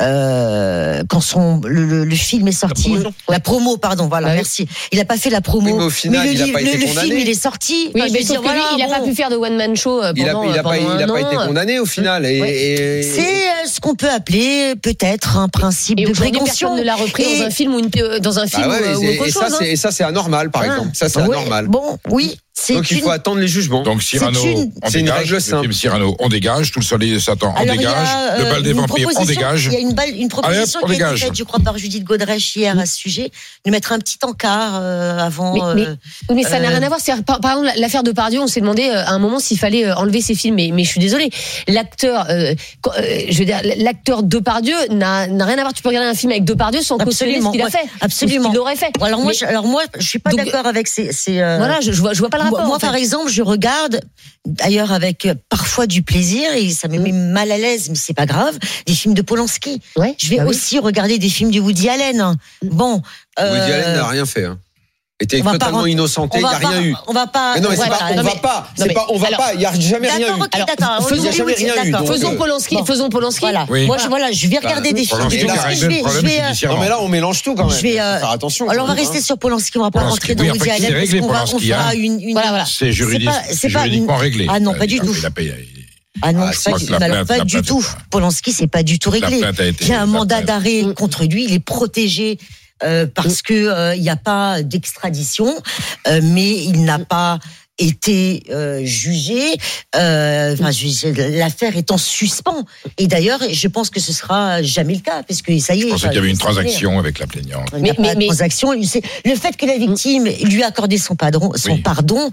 [SPEAKER 6] euh, euh, quand son le, le- le film est sorti, la
[SPEAKER 4] promotion.
[SPEAKER 6] promo, pardon, voilà,
[SPEAKER 3] Ah oui.
[SPEAKER 6] merci. Il n'a pas fait la promo.
[SPEAKER 7] Oui, mais au final,
[SPEAKER 6] le
[SPEAKER 7] il a
[SPEAKER 6] livre-
[SPEAKER 7] pas été
[SPEAKER 6] le- le
[SPEAKER 7] condamné.
[SPEAKER 6] film, il est sorti.
[SPEAKER 3] Oui,
[SPEAKER 6] Enfin, je
[SPEAKER 3] mais
[SPEAKER 6] veux
[SPEAKER 3] sauf
[SPEAKER 6] dire,
[SPEAKER 3] que lui,
[SPEAKER 6] voilà,
[SPEAKER 3] il n'a pas
[SPEAKER 6] bon.
[SPEAKER 3] pu faire de one man show euh,
[SPEAKER 7] Il n'a
[SPEAKER 3] pendant, euh,
[SPEAKER 7] pas,
[SPEAKER 3] pendant
[SPEAKER 7] il a
[SPEAKER 3] un
[SPEAKER 7] pas été
[SPEAKER 3] an.
[SPEAKER 7] condamné au final. Et,
[SPEAKER 3] Ouais.
[SPEAKER 7] et-
[SPEAKER 6] C'est euh, ce qu'on peut appeler peut-être un principe
[SPEAKER 3] Et
[SPEAKER 6] de
[SPEAKER 3] aujourd'hui,
[SPEAKER 6] précaution.
[SPEAKER 3] personne ne l'a repris
[SPEAKER 6] Et-
[SPEAKER 3] dans un film ou, une, euh, dans un
[SPEAKER 7] Bah
[SPEAKER 3] film
[SPEAKER 7] ouais,
[SPEAKER 3] ou, euh, ou
[SPEAKER 7] et-
[SPEAKER 3] autre
[SPEAKER 7] et ça,
[SPEAKER 3] chose. hein.
[SPEAKER 7] c'est- et ça, c'est anormal, par exemple. Ça, c'est
[SPEAKER 6] Ouais,
[SPEAKER 7] anormal.
[SPEAKER 6] Bon, oui, c'est
[SPEAKER 7] Donc, il faut
[SPEAKER 6] une-
[SPEAKER 7] attendre les jugements.
[SPEAKER 5] Donc Cyrano,
[SPEAKER 6] C'est une-
[SPEAKER 5] on
[SPEAKER 7] c'est une
[SPEAKER 5] dégage.
[SPEAKER 7] règle
[SPEAKER 5] Le
[SPEAKER 7] simple.
[SPEAKER 5] film Cyrano, on dégage. Tout le soleil de Satan, on
[SPEAKER 6] Alors, il y a,
[SPEAKER 5] dégage. Le
[SPEAKER 6] euh,
[SPEAKER 5] bal des
[SPEAKER 6] une
[SPEAKER 5] vampires, on
[SPEAKER 6] proposition-
[SPEAKER 5] dégage.
[SPEAKER 6] Il y a une, balle, une proposition
[SPEAKER 5] on
[SPEAKER 6] qui a été
[SPEAKER 5] dégage.
[SPEAKER 6] faite, je crois, par Judith Godrèche hier à ce sujet, de mettre un petit encart euh, avant.
[SPEAKER 3] Mais- mais-
[SPEAKER 6] euh,
[SPEAKER 3] Oui, Mais ça n'a
[SPEAKER 6] Euh,
[SPEAKER 3] rien à voir. C'est-à-dire, Par, par exemple, l'affaire de Pardieu, on s'est demandé euh, à un moment s'il fallait euh, enlever ses films. Mais, mais je suis désolée. L'acteur, euh, quand- euh, je veux dire, l'acteur Depardieu n'a n'a rien à voir. Tu peux regarder un film avec Depardieu sans cautionner ce
[SPEAKER 6] Absolument,
[SPEAKER 3] qu'il a
[SPEAKER 6] ouais,
[SPEAKER 3] fait, ou
[SPEAKER 6] absolument.
[SPEAKER 3] ce qu'il aurait fait.
[SPEAKER 6] bon, alors moi,
[SPEAKER 3] Mais
[SPEAKER 6] je, alors moi, je suis pas
[SPEAKER 3] Donc,
[SPEAKER 6] d'accord avec ces. ces, euh,
[SPEAKER 3] voilà, je, je vois, je vois pas le
[SPEAKER 6] moi-
[SPEAKER 3] rapport.
[SPEAKER 6] moi,
[SPEAKER 3] en fait.
[SPEAKER 6] par exemple, je regarde, d'ailleurs avec euh, parfois du plaisir et ça me met mal à l'aise, mais c'est pas grave. Des films de Polanski.
[SPEAKER 3] Ouais,
[SPEAKER 6] Je vais
[SPEAKER 3] bah oui.
[SPEAKER 6] aussi regarder des films de Woody Allen. Bon,
[SPEAKER 7] Woody
[SPEAKER 6] euh,
[SPEAKER 7] Allen n'a rien fait. hein. Était
[SPEAKER 6] on va pas
[SPEAKER 7] totalement
[SPEAKER 6] rentrer-
[SPEAKER 7] innocenté,
[SPEAKER 6] on
[SPEAKER 7] il n'y
[SPEAKER 6] va
[SPEAKER 7] a
[SPEAKER 6] pas,
[SPEAKER 7] rien eu.
[SPEAKER 6] on va pas.
[SPEAKER 7] Mais non, mais c'est
[SPEAKER 3] Ouais,
[SPEAKER 7] pas,
[SPEAKER 3] non,
[SPEAKER 7] on
[SPEAKER 3] mais-
[SPEAKER 7] va pas.
[SPEAKER 3] non,
[SPEAKER 7] C'est
[SPEAKER 3] mais-
[SPEAKER 7] pas, on va
[SPEAKER 3] alors-
[SPEAKER 7] pas. Il n'y a jamais rien eu.
[SPEAKER 6] D'accord, ok,
[SPEAKER 3] Alors,
[SPEAKER 6] d'accord.
[SPEAKER 3] faisons-
[SPEAKER 6] oui, oui,
[SPEAKER 7] jamais
[SPEAKER 6] oui,
[SPEAKER 7] rien eu,
[SPEAKER 6] d'accord.
[SPEAKER 7] donc,
[SPEAKER 3] Faisons
[SPEAKER 7] euh,
[SPEAKER 3] Polanski,
[SPEAKER 6] bon.
[SPEAKER 3] faisons Polanski.
[SPEAKER 6] Voilà.
[SPEAKER 5] Oui. Bah,
[SPEAKER 6] Moi, je, voilà, je vais regarder des films.
[SPEAKER 5] Polanski,
[SPEAKER 6] de
[SPEAKER 7] mais là,
[SPEAKER 5] a
[SPEAKER 6] Polanski,
[SPEAKER 5] réglé
[SPEAKER 6] je
[SPEAKER 5] le
[SPEAKER 6] vais, je
[SPEAKER 5] problème
[SPEAKER 6] vais, euh,
[SPEAKER 5] judiciairement.
[SPEAKER 7] Non, mais là, on mélange tout quand même.
[SPEAKER 6] je vais,
[SPEAKER 7] Faut
[SPEAKER 6] euh,
[SPEAKER 7] faire attention.
[SPEAKER 6] alors on
[SPEAKER 7] quand
[SPEAKER 6] va
[SPEAKER 7] même,
[SPEAKER 6] rester
[SPEAKER 7] hein.
[SPEAKER 6] sur Polanski, on va pas
[SPEAKER 5] Polanski,
[SPEAKER 6] rentrer dans
[SPEAKER 5] oui,
[SPEAKER 6] Woody
[SPEAKER 5] enfin, c'est
[SPEAKER 6] Allen.
[SPEAKER 5] réglé,
[SPEAKER 6] parce qu'on va-
[SPEAKER 5] Polanski,
[SPEAKER 6] on fera
[SPEAKER 5] hein.
[SPEAKER 6] une, une-
[SPEAKER 3] Voilà, voilà.
[SPEAKER 5] C'est juridique-
[SPEAKER 6] pas- c'est pas une-
[SPEAKER 5] juridiquement réglé.
[SPEAKER 6] Ah non,
[SPEAKER 5] Euh,
[SPEAKER 6] pas du
[SPEAKER 5] il a-
[SPEAKER 6] tout.
[SPEAKER 5] il a payé-
[SPEAKER 6] Ah non,
[SPEAKER 7] Ah,
[SPEAKER 6] pas
[SPEAKER 5] c'est
[SPEAKER 6] du-
[SPEAKER 5] pas que la
[SPEAKER 6] alors,
[SPEAKER 5] plainte,
[SPEAKER 6] pas
[SPEAKER 5] la
[SPEAKER 6] du
[SPEAKER 5] plainte,
[SPEAKER 6] tout.
[SPEAKER 5] euh,
[SPEAKER 6] Polanski, c'est pas du tout
[SPEAKER 5] La
[SPEAKER 6] réglé.
[SPEAKER 5] plainte a été.
[SPEAKER 6] Il y a un
[SPEAKER 5] la
[SPEAKER 6] mandat
[SPEAKER 5] plainte-
[SPEAKER 6] d'arrêt contre lui, il est protégé. euh, parce que euh, il n'y a pas d'extradition, euh, mais il n'a pas été euh, jugé. euh, Enfin, jugé, l'affaire est en suspens. Et d'ailleurs, je pense que ce sera jamais le cas, parce que ça y est.
[SPEAKER 5] Je pensais qu'il y avait une
[SPEAKER 6] ça y est.
[SPEAKER 5] transaction avec la plaignante.
[SPEAKER 6] Il n'y
[SPEAKER 3] Mais-
[SPEAKER 6] a pas
[SPEAKER 3] mais-
[SPEAKER 6] de
[SPEAKER 3] mais-
[SPEAKER 6] transaction. C'est- Le fait que la victime lui a accordé son, padron, son
[SPEAKER 5] Oui.
[SPEAKER 6] pardon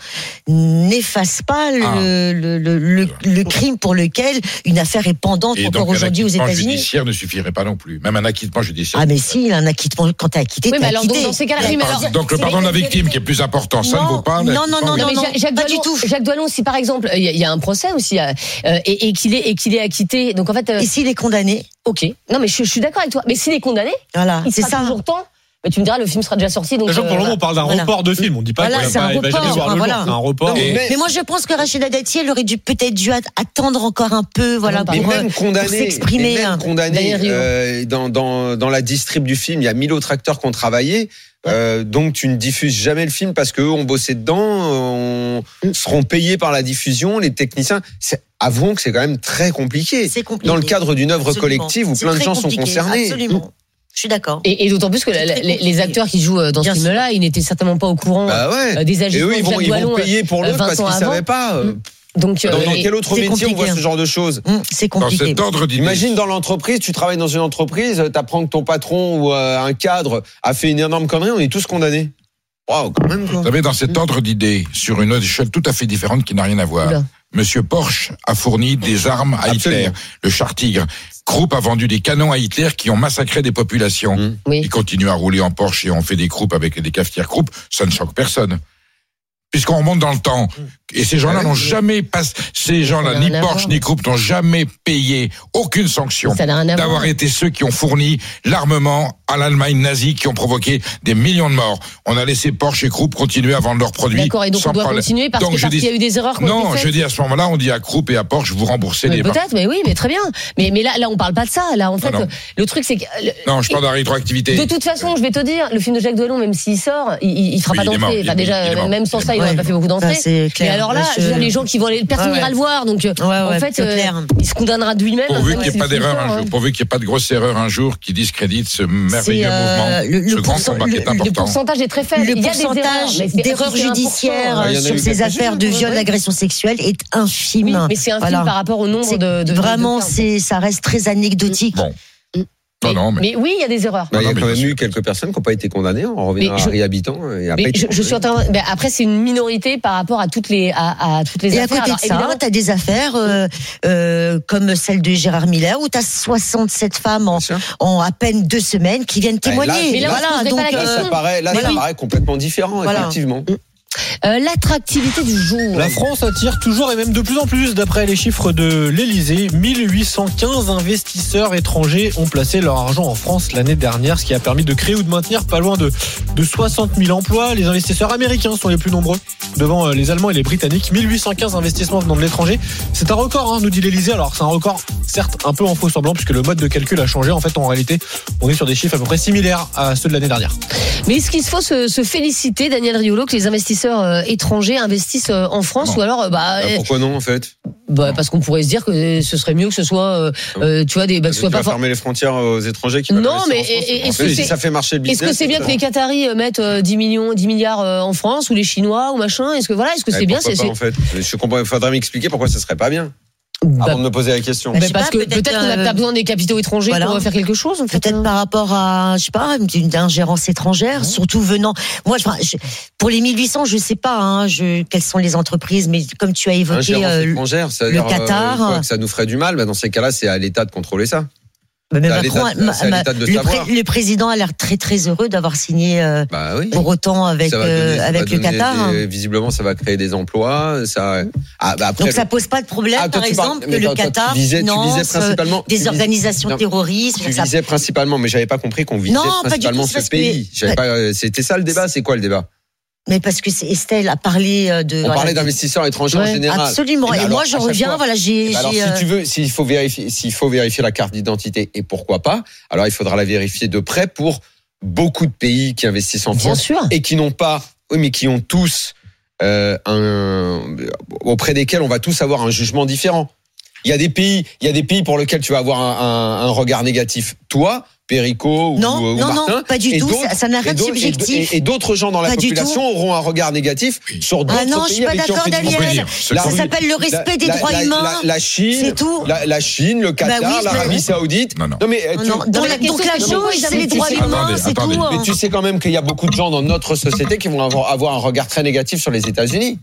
[SPEAKER 6] n'efface pas le,
[SPEAKER 5] Ah.
[SPEAKER 6] le, le, le- le crime pour lequel une affaire est pendante
[SPEAKER 5] Et
[SPEAKER 6] encore
[SPEAKER 5] donc, un
[SPEAKER 6] aujourd'hui aux
[SPEAKER 5] acquittement
[SPEAKER 6] États-Unis.
[SPEAKER 5] judiciaire ne suffirait pas non plus. Même un acquittement judiciaire.
[SPEAKER 6] Ah, mais si, il a un acquittement. Quand t'es acquitté,
[SPEAKER 3] Oui,
[SPEAKER 6] t'es
[SPEAKER 3] mais alors, donc,
[SPEAKER 6] acquitté.
[SPEAKER 3] dans ces cas-là,
[SPEAKER 5] Le
[SPEAKER 3] oui, mais
[SPEAKER 5] pardon-
[SPEAKER 3] alors,
[SPEAKER 5] Donc le
[SPEAKER 3] c'est
[SPEAKER 5] pardon de la victime qui est plus important, ça ne vaut pas.
[SPEAKER 6] Non,
[SPEAKER 5] l'acquittement.
[SPEAKER 6] non, non,
[SPEAKER 3] Non, mais
[SPEAKER 6] non,
[SPEAKER 3] Jacques- Jacques
[SPEAKER 6] pas du
[SPEAKER 3] Douaneau-
[SPEAKER 6] tout.
[SPEAKER 3] Jacques Douaneau aussi, par exemple, il y, a- il y a un procès aussi, euh, euh, et, et qu'il est, et qu'il est acquitté. Donc en fait, euh,
[SPEAKER 6] Et s'il est condamné,
[SPEAKER 3] ok. Non, mais je, je suis d'accord avec toi. Mais s'il est condamné,
[SPEAKER 6] voilà,
[SPEAKER 3] il
[SPEAKER 6] Ah, c'est
[SPEAKER 3] sera
[SPEAKER 6] ça.
[SPEAKER 3] toujours temps Mais tu me diras, le film sera déjà sorti. Donc,
[SPEAKER 4] Sachant que pour
[SPEAKER 3] euh,
[SPEAKER 4] le moment, on parle d'un
[SPEAKER 6] Voilà.
[SPEAKER 4] report de film. On dit pas
[SPEAKER 6] Voilà,
[SPEAKER 4] qu'il
[SPEAKER 6] c'est
[SPEAKER 4] va,
[SPEAKER 6] un
[SPEAKER 4] pas- il va
[SPEAKER 6] report,
[SPEAKER 4] jamais voir
[SPEAKER 6] enfin,
[SPEAKER 4] le
[SPEAKER 6] voilà.
[SPEAKER 4] jour. C'est un report.
[SPEAKER 7] Et-
[SPEAKER 6] Mais moi, je pense que Rachida Dati, elle aurait dû peut-être dû at- attendre encore un peu, voilà,
[SPEAKER 3] Mais
[SPEAKER 6] pour,
[SPEAKER 7] bah, Mais
[SPEAKER 6] euh,
[SPEAKER 7] même
[SPEAKER 6] pour
[SPEAKER 7] condamné,
[SPEAKER 6] s'exprimer.
[SPEAKER 7] mais même
[SPEAKER 6] hein.
[SPEAKER 7] condamné
[SPEAKER 3] Daniel Riolo.
[SPEAKER 7] euh, dans, dans, dans la distrib du film, il y a mille autres acteurs qui ont travaillé. euh, donc tu ne diffuses jamais le film parce qu'eux ont bossé dedans, euh, on
[SPEAKER 6] Mm.
[SPEAKER 7] seront payés par la diffusion, les techniciens. C'est- Avouons que c'est quand même très compliqué.
[SPEAKER 6] C'est compliqué.
[SPEAKER 7] Dans le cadre d'une œuvre
[SPEAKER 6] Absolument.
[SPEAKER 7] collective où
[SPEAKER 6] C'est
[SPEAKER 7] plein de
[SPEAKER 6] très
[SPEAKER 7] gens sont
[SPEAKER 6] compliqué,
[SPEAKER 7] concernés.
[SPEAKER 6] Absolument. Je suis d'accord.
[SPEAKER 3] Et, et d'autant plus que la- la- les, les acteurs qui jouent euh, dans
[SPEAKER 6] Bien
[SPEAKER 3] ce film-là, ils n'étaient certainement pas au courant
[SPEAKER 7] Bah ouais.
[SPEAKER 3] euh, des
[SPEAKER 7] Et
[SPEAKER 3] agissements
[SPEAKER 7] eux, ils
[SPEAKER 3] de
[SPEAKER 7] vont,
[SPEAKER 3] Jacques
[SPEAKER 7] ils vont
[SPEAKER 3] Wallon.
[SPEAKER 7] payer pour
[SPEAKER 6] euh,
[SPEAKER 7] l'autre
[SPEAKER 3] 20
[SPEAKER 7] parce
[SPEAKER 3] ans
[SPEAKER 7] qu'ils
[SPEAKER 3] avant.
[SPEAKER 7] savaient pas. euh,
[SPEAKER 3] Donc,
[SPEAKER 7] Dans,
[SPEAKER 3] euh,
[SPEAKER 7] dans
[SPEAKER 3] et-
[SPEAKER 7] quel autre
[SPEAKER 6] Mm. c'est
[SPEAKER 7] métier on voit
[SPEAKER 6] compliqué.
[SPEAKER 7] ce genre de choses
[SPEAKER 6] Hum, C'est
[SPEAKER 5] Dans
[SPEAKER 6] compliqué.
[SPEAKER 5] cet ordre d'idées.
[SPEAKER 7] Imagine dans l'entreprise, tu travailles dans une entreprise, euh, t'apprends que ton patron ou euh, un cadre a fait une énorme connerie, on est tous condamnés. Waouh, quand même quoi. Bah,
[SPEAKER 5] Vous savez, dans cet ordre d'idées, sur une autre échelle tout à fait différente qui n'a rien à voir,
[SPEAKER 3] Oula.
[SPEAKER 5] Monsieur Porsche a fourni des armes à
[SPEAKER 7] Absolument.
[SPEAKER 5] Hitler. Le char Tigre. Krupp a vendu des canons à Hitler qui ont massacré des populations.
[SPEAKER 7] Mm.
[SPEAKER 3] Oui.
[SPEAKER 5] Il continue à rouler en Porsche et on fait des croupes avec des cafetières croupes. Ça ne choque personne. Puisqu'on remonte dans le temps.
[SPEAKER 3] Mmh.
[SPEAKER 5] Et ces gens-là n'ont jamais passé, ces gens-là,
[SPEAKER 3] Bah, n'a
[SPEAKER 5] ni
[SPEAKER 3] rien à
[SPEAKER 5] Porsche,
[SPEAKER 3] voir.
[SPEAKER 5] ni Krupp, n'ont jamais payé aucune sanction
[SPEAKER 3] ça n'a rien à voir.
[SPEAKER 5] d'avoir été ceux qui ont fourni l'armement à l'Allemagne nazie qui ont provoqué des millions de morts. On a laissé Porsche et Krupp continuer à vendre leurs produits
[SPEAKER 3] D'accord, et donc
[SPEAKER 5] sans
[SPEAKER 3] on doit
[SPEAKER 5] problème.
[SPEAKER 3] continuer parce
[SPEAKER 5] Donc,
[SPEAKER 3] que
[SPEAKER 5] je
[SPEAKER 3] parce
[SPEAKER 5] dis-
[SPEAKER 3] qu'il y a eu des erreurs. qui ont été
[SPEAKER 5] Non,
[SPEAKER 3] faites.
[SPEAKER 5] je dis à ce moment-là, on dit à Krupp et à Porsche, vous remboursez
[SPEAKER 3] Mais
[SPEAKER 5] les parts.
[SPEAKER 3] Peut-être, mais oui, mais très bien. Mais, mais là, là, on parle pas de ça. Là, en fait,
[SPEAKER 5] Ah non.
[SPEAKER 3] euh, le truc, c'est que. euh, le-
[SPEAKER 5] Non, je parle de la rétroactivité.
[SPEAKER 3] de toute façon, je vais te dire, le film de Jacques Delon, même s'il sort, il, il, il fera
[SPEAKER 5] Oui,
[SPEAKER 3] pas
[SPEAKER 5] il est mort,
[SPEAKER 3] d'entrée. Enfin,
[SPEAKER 5] il-
[SPEAKER 3] déjà,
[SPEAKER 5] il est mort.
[SPEAKER 3] même sans ça, il
[SPEAKER 6] Ouais.
[SPEAKER 3] n'aurait pas fait beaucoup
[SPEAKER 6] Ça,
[SPEAKER 3] d'entrées.
[SPEAKER 6] c'est
[SPEAKER 3] Mais
[SPEAKER 6] clair.
[SPEAKER 3] alors là,
[SPEAKER 6] Là, je-
[SPEAKER 3] je veux dire, les gens qui vont aller, personne
[SPEAKER 6] Ouais,
[SPEAKER 3] n'ira
[SPEAKER 6] ouais.
[SPEAKER 3] le voir, donc euh,
[SPEAKER 6] Ouais, ouais,
[SPEAKER 3] en fait,
[SPEAKER 6] c'est
[SPEAKER 3] euh,
[SPEAKER 6] clair.
[SPEAKER 3] il se condamnera de lui-même.
[SPEAKER 5] Pourvu
[SPEAKER 3] même
[SPEAKER 5] qu'il n'y
[SPEAKER 3] si
[SPEAKER 5] ait pas
[SPEAKER 3] le film
[SPEAKER 5] d'erreur
[SPEAKER 3] sort,
[SPEAKER 5] un jour,
[SPEAKER 3] hein.
[SPEAKER 5] pourvu qu'il n'y ait pas de grosse erreur un jour qui discrédite ce merveilleux
[SPEAKER 6] euh,
[SPEAKER 5] mouvement,
[SPEAKER 6] le- le
[SPEAKER 5] ce grand
[SPEAKER 6] pourcent-
[SPEAKER 5] combat qui est
[SPEAKER 6] le- le
[SPEAKER 3] Le
[SPEAKER 5] important.
[SPEAKER 3] pourcentage est très faible.
[SPEAKER 6] Le
[SPEAKER 3] il y a des erreurs,
[SPEAKER 6] pourcentage
[SPEAKER 3] mais c'est-
[SPEAKER 6] d'erreurs
[SPEAKER 3] c'est 1%,
[SPEAKER 6] judiciaires
[SPEAKER 7] hein.
[SPEAKER 6] euh,
[SPEAKER 7] Il y en a eu
[SPEAKER 6] sur ces
[SPEAKER 7] quelques-unes,
[SPEAKER 6] affaires de
[SPEAKER 3] ouais,
[SPEAKER 6] viol,
[SPEAKER 3] ouais.
[SPEAKER 6] d'agression sexuelle est infime.
[SPEAKER 3] Oui, mais c'est un
[SPEAKER 6] Voilà.
[SPEAKER 3] film par rapport au nombre
[SPEAKER 6] C'est-
[SPEAKER 3] de. de- de-
[SPEAKER 6] Vraiment,
[SPEAKER 3] de-
[SPEAKER 6] c'est, ça reste très anecdotique.
[SPEAKER 5] Bon. Non, Bah non, mais.
[SPEAKER 3] Mais oui, il y a des erreurs.
[SPEAKER 7] Bah, Il y
[SPEAKER 5] Non,
[SPEAKER 7] a
[SPEAKER 5] mais
[SPEAKER 7] quand même
[SPEAKER 5] bien
[SPEAKER 7] eu
[SPEAKER 5] sûr.
[SPEAKER 7] quelques personnes qui n'ont pas été condamnées. hein. On
[SPEAKER 3] Mais
[SPEAKER 7] revient à
[SPEAKER 3] je-
[SPEAKER 7] réhabitant. hein, Et après,
[SPEAKER 3] Mais
[SPEAKER 7] ils
[SPEAKER 3] je,
[SPEAKER 7] sont
[SPEAKER 3] je suis en
[SPEAKER 7] condamnés.
[SPEAKER 3] train- ben, après, c'est une minorité par rapport à toutes les, à, à toutes les
[SPEAKER 6] Et à
[SPEAKER 3] affaires.
[SPEAKER 6] côté de
[SPEAKER 3] Alors, évidemment,
[SPEAKER 6] ça, tu as des affaires euh, euh, comme celle de Gérard Miller où tu as 67 femmes en,
[SPEAKER 7] Bien sûr.
[SPEAKER 6] en à peine deux semaines qui viennent témoigner.
[SPEAKER 7] Mais là, on
[SPEAKER 3] se poserait
[SPEAKER 6] voilà,
[SPEAKER 3] pas la
[SPEAKER 6] donc
[SPEAKER 7] Là, ça
[SPEAKER 3] question.
[SPEAKER 6] euh,
[SPEAKER 7] paraît, là,
[SPEAKER 6] Mais
[SPEAKER 7] ça
[SPEAKER 6] oui.
[SPEAKER 7] paraît complètement différent,
[SPEAKER 6] Voilà.
[SPEAKER 7] effectivement.
[SPEAKER 3] Euh, L'attractivité du jour.
[SPEAKER 4] La France attire toujours et même de plus en plus, d'après les chiffres de l'Elysée. 1815 investisseurs étrangers ont placé leur argent en France l'année dernière, ce qui a permis de créer ou de maintenir pas loin de, de 60 000 emplois. Les investisseurs américains sont les plus nombreux, devant euh, les Allemands et les Britanniques. 1815 investissements venant de l'étranger. C'est un record, hein, nous dit l'Elysée. Alors, c'est un record, certes, un peu en faux semblant, puisque le mode de calcul a changé. En fait, en réalité, on est sur des chiffres à peu près similaires à ceux de l'année dernière.
[SPEAKER 3] Mais est-ce qu'il faut se, se féliciter, Daniel Riolo, que les investisseurs euh, étrangers investissent euh, en France
[SPEAKER 5] Non. Ah
[SPEAKER 3] ou alors euh, bah,
[SPEAKER 7] Bah,
[SPEAKER 3] euh,
[SPEAKER 7] pourquoi non, en fait
[SPEAKER 3] bah, parce qu'on pourrait se dire que euh, ce serait mieux que ce soit, euh,
[SPEAKER 5] Ah
[SPEAKER 7] Non.
[SPEAKER 3] euh, tu vois, des, bah, que
[SPEAKER 7] Parce
[SPEAKER 3] ce
[SPEAKER 7] que
[SPEAKER 3] soit
[SPEAKER 7] tu
[SPEAKER 3] pas
[SPEAKER 7] vas
[SPEAKER 3] for-
[SPEAKER 7] fermer les frontières aux étrangers qui
[SPEAKER 3] Non,
[SPEAKER 7] veulent rester
[SPEAKER 3] mais
[SPEAKER 7] en France.
[SPEAKER 3] est- est-ce
[SPEAKER 7] En fait,
[SPEAKER 3] que
[SPEAKER 7] si
[SPEAKER 3] c'est-
[SPEAKER 7] ça fait marcher le
[SPEAKER 3] Est-ce
[SPEAKER 7] business.
[SPEAKER 3] que c'est bien que les Qataris euh, mettent euh, 10 millions, 10 milliards euh, en France ou les Chinois ou machin Est-ce que voilà, est-ce que c'est bien
[SPEAKER 7] Pourquoi
[SPEAKER 3] c'est-
[SPEAKER 7] pas, hein. en fait Je comprends. Il faudrait m'expliquer pourquoi ça serait pas bien
[SPEAKER 3] c'est-
[SPEAKER 5] Ah
[SPEAKER 3] Bah,
[SPEAKER 7] avant de me poser la question.
[SPEAKER 6] Bah,
[SPEAKER 3] bah,
[SPEAKER 6] je sais
[SPEAKER 3] parce
[SPEAKER 6] pas,
[SPEAKER 3] que
[SPEAKER 6] peut-être,
[SPEAKER 3] peut-être qu'on a
[SPEAKER 6] euh,
[SPEAKER 3] pas besoin des capitaux étrangers
[SPEAKER 6] voilà.
[SPEAKER 3] pour euh, faire quelque chose. en fait,
[SPEAKER 6] peut-être
[SPEAKER 3] hein.
[SPEAKER 6] par rapport à, je sais pas, une ingérence étrangère, surtout venant. Moi, je- enfin, je- pour les 1800, je sais pas hein, je, quelles sont les entreprises, mais comme tu as évoqué,
[SPEAKER 7] Ingérence
[SPEAKER 6] euh, le-
[SPEAKER 7] Hein, étrangère, c'est-à-dire,
[SPEAKER 6] le Qatar.
[SPEAKER 7] euh, quoi, que ça nous ferait du mal. Bah, dans ces cas-là, c'est à l'État de contrôler ça.
[SPEAKER 6] bah, même
[SPEAKER 7] c'est à
[SPEAKER 6] Macron,
[SPEAKER 7] l'état-
[SPEAKER 6] ma-
[SPEAKER 7] c'est à
[SPEAKER 6] ma-
[SPEAKER 7] l'état de le
[SPEAKER 6] le,
[SPEAKER 7] savoir.
[SPEAKER 6] le président a l'air très très heureux d'avoir signé euh,
[SPEAKER 7] Bah oui.
[SPEAKER 6] pour autant avec
[SPEAKER 7] Ça va
[SPEAKER 6] euh,
[SPEAKER 7] donner- ça
[SPEAKER 6] avec
[SPEAKER 7] va
[SPEAKER 6] le
[SPEAKER 7] donner
[SPEAKER 6] Qatar. hein.
[SPEAKER 7] des- visiblement, ça va créer des emplois. Ça. Ah, bah après,
[SPEAKER 6] Donc ça pose pas de problème,
[SPEAKER 7] Ah, toi,
[SPEAKER 6] par
[SPEAKER 7] tu parles-
[SPEAKER 6] exemple,
[SPEAKER 7] mais
[SPEAKER 6] que le
[SPEAKER 7] toi, toi,
[SPEAKER 6] Qatar
[SPEAKER 7] tu visais, tu
[SPEAKER 6] finance
[SPEAKER 7] visais principalement
[SPEAKER 6] euh, des
[SPEAKER 7] tu visais-
[SPEAKER 6] organisations
[SPEAKER 7] Non,
[SPEAKER 6] terroristes.
[SPEAKER 7] Tu
[SPEAKER 6] ça-
[SPEAKER 7] visais principalement, mais j'avais pas compris qu'on visait
[SPEAKER 6] Non, pas du tout,
[SPEAKER 7] principalement
[SPEAKER 6] c'est
[SPEAKER 7] ce
[SPEAKER 6] parce que-
[SPEAKER 7] pays. J'avais pas, euh, C'était ça le débat. C'est quoi le débat
[SPEAKER 6] Mais parce que c'est- Estelle a parlé euh, de.
[SPEAKER 7] On
[SPEAKER 6] voilà,
[SPEAKER 7] parlait
[SPEAKER 6] de-
[SPEAKER 7] d'investisseurs étrangers en
[SPEAKER 3] Ouais,
[SPEAKER 7] général.
[SPEAKER 6] Absolument.
[SPEAKER 7] Eh
[SPEAKER 6] Et,
[SPEAKER 7] ben
[SPEAKER 6] moi,
[SPEAKER 7] alors,
[SPEAKER 6] je
[SPEAKER 7] à chaque
[SPEAKER 6] reviens.
[SPEAKER 7] fois-
[SPEAKER 6] Voilà, j'ai.
[SPEAKER 7] Eh ben alors,
[SPEAKER 6] j'ai,
[SPEAKER 7] si
[SPEAKER 6] euh,
[SPEAKER 7] tu veux, s'il faut vérifier, s'il faut vérifier la carte d'identité et pourquoi pas, alors il faudra la vérifier de près pour beaucoup de pays qui investissent en
[SPEAKER 3] Bien
[SPEAKER 7] France
[SPEAKER 3] sûr.
[SPEAKER 7] et qui n'ont pas, oui, mais qui ont tous euh, un, auprès desquels on va tous avoir un jugement différent. Il y a des pays, il y a des pays pour lesquels tu vas avoir un, un- un regard négatif. Toi, Perico ou,
[SPEAKER 6] Non,
[SPEAKER 7] ou
[SPEAKER 6] non, non,
[SPEAKER 7] Martin,
[SPEAKER 6] pas du
[SPEAKER 7] et
[SPEAKER 6] tout,
[SPEAKER 7] d'autres-
[SPEAKER 6] ça- ça n'a
[SPEAKER 7] et
[SPEAKER 6] rien de
[SPEAKER 7] d'autres- et-
[SPEAKER 6] subjectif.
[SPEAKER 7] Et, et d'autres gens dans la
[SPEAKER 6] Pas du
[SPEAKER 7] population auront un regard négatif sur d'autres
[SPEAKER 6] Ah non, je suis
[SPEAKER 7] pays
[SPEAKER 6] pas
[SPEAKER 7] avec qui on
[SPEAKER 6] d'accord,
[SPEAKER 7] fait du bon
[SPEAKER 5] On peut
[SPEAKER 6] Daniel.
[SPEAKER 5] dire, ce
[SPEAKER 7] La
[SPEAKER 6] Ça
[SPEAKER 5] qu'on-
[SPEAKER 7] rue-
[SPEAKER 6] s'appelle le respect des
[SPEAKER 7] la-
[SPEAKER 6] droits
[SPEAKER 7] la-
[SPEAKER 6] humains.
[SPEAKER 7] la- la Chine,
[SPEAKER 6] C'est tout.
[SPEAKER 7] La, la Chine, le Qatar,
[SPEAKER 6] Bah oui, mais-
[SPEAKER 7] l'Arabie Saoudite.
[SPEAKER 5] Non, non.
[SPEAKER 7] mais euh, tu,
[SPEAKER 6] Non,
[SPEAKER 7] tu-
[SPEAKER 6] donc,
[SPEAKER 3] la
[SPEAKER 6] la, donc
[SPEAKER 3] question,
[SPEAKER 6] la
[SPEAKER 3] c'est
[SPEAKER 6] chose,
[SPEAKER 3] comment ils
[SPEAKER 6] c'est les
[SPEAKER 3] investissent.
[SPEAKER 6] droits humains,
[SPEAKER 5] Attendez,
[SPEAKER 6] c'est tout.
[SPEAKER 5] attendez.
[SPEAKER 6] hein.
[SPEAKER 7] mais tu sais quand même qu'il y a beaucoup de gens dans notre société qui vont avoir, avoir un regard très négatif sur les États-Unis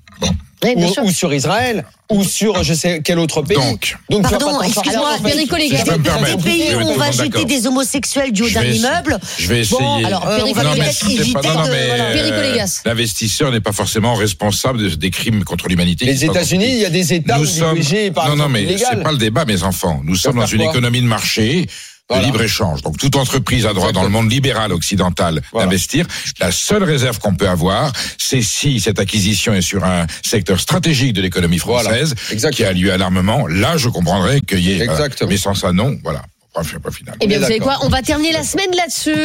[SPEAKER 3] Ouais, bien sûr.
[SPEAKER 7] ou, ou sur Israël ou sur je sais quel autre pays.
[SPEAKER 5] Donc,
[SPEAKER 7] Donc, tu vas
[SPEAKER 6] Pardon,
[SPEAKER 7] pas t'en sortir.
[SPEAKER 6] excuse-moi,
[SPEAKER 7] Alors, en fait,
[SPEAKER 3] Perico, les
[SPEAKER 5] si
[SPEAKER 3] gars,
[SPEAKER 5] je peux me
[SPEAKER 6] Des
[SPEAKER 5] permettre.
[SPEAKER 6] pays où
[SPEAKER 5] Oui, oui,
[SPEAKER 6] on
[SPEAKER 5] tout le
[SPEAKER 6] va
[SPEAKER 5] monde
[SPEAKER 6] jeter
[SPEAKER 5] d'accord.
[SPEAKER 6] des homosexuels du haut
[SPEAKER 5] Je
[SPEAKER 6] d'un
[SPEAKER 5] vais essayer.
[SPEAKER 6] immeuble.
[SPEAKER 5] Je vais essayer.
[SPEAKER 6] Bon, alors,
[SPEAKER 5] Euh,
[SPEAKER 6] Perico,
[SPEAKER 5] non,
[SPEAKER 6] les
[SPEAKER 5] mais
[SPEAKER 6] gars,
[SPEAKER 5] c'est
[SPEAKER 6] éviter
[SPEAKER 5] pas- non, non,
[SPEAKER 6] de-
[SPEAKER 5] mais,
[SPEAKER 6] voilà.
[SPEAKER 5] euh,
[SPEAKER 3] Perico, les gars.
[SPEAKER 5] L'investisseur n'est pas forcément responsable de- des crimes contre l'humanité. qui
[SPEAKER 7] les
[SPEAKER 5] sont pas
[SPEAKER 7] États-Unis, il y a des États
[SPEAKER 5] Nous
[SPEAKER 7] où
[SPEAKER 5] sommes.
[SPEAKER 7] l'IG est par
[SPEAKER 5] non, non,
[SPEAKER 7] exemple
[SPEAKER 5] mais c'est
[SPEAKER 7] illégal.
[SPEAKER 5] pas le débat, mes enfants. Nous sommes dans
[SPEAKER 7] faire
[SPEAKER 5] une
[SPEAKER 7] quoi
[SPEAKER 5] économie de marché.
[SPEAKER 7] Voilà.
[SPEAKER 5] de libre-échange. Donc toute entreprise a droit dans le monde libéral occidental
[SPEAKER 7] Voilà.
[SPEAKER 5] d'investir. La seule réserve qu'on peut avoir, c'est si cette acquisition est sur un secteur stratégique de l'économie
[SPEAKER 7] Voilà.
[SPEAKER 5] française qui
[SPEAKER 7] Exactement.
[SPEAKER 5] a lieu à l'armement. Là, je comprendrais qu'il y ait... euh,
[SPEAKER 7] Exactement.
[SPEAKER 5] mais sans ça, non. Voilà. Enfin, je suis pas final.
[SPEAKER 3] Eh bien,
[SPEAKER 7] On est
[SPEAKER 3] vous savez quoi
[SPEAKER 7] d'accord.
[SPEAKER 3] On va terminer la semaine là-dessus.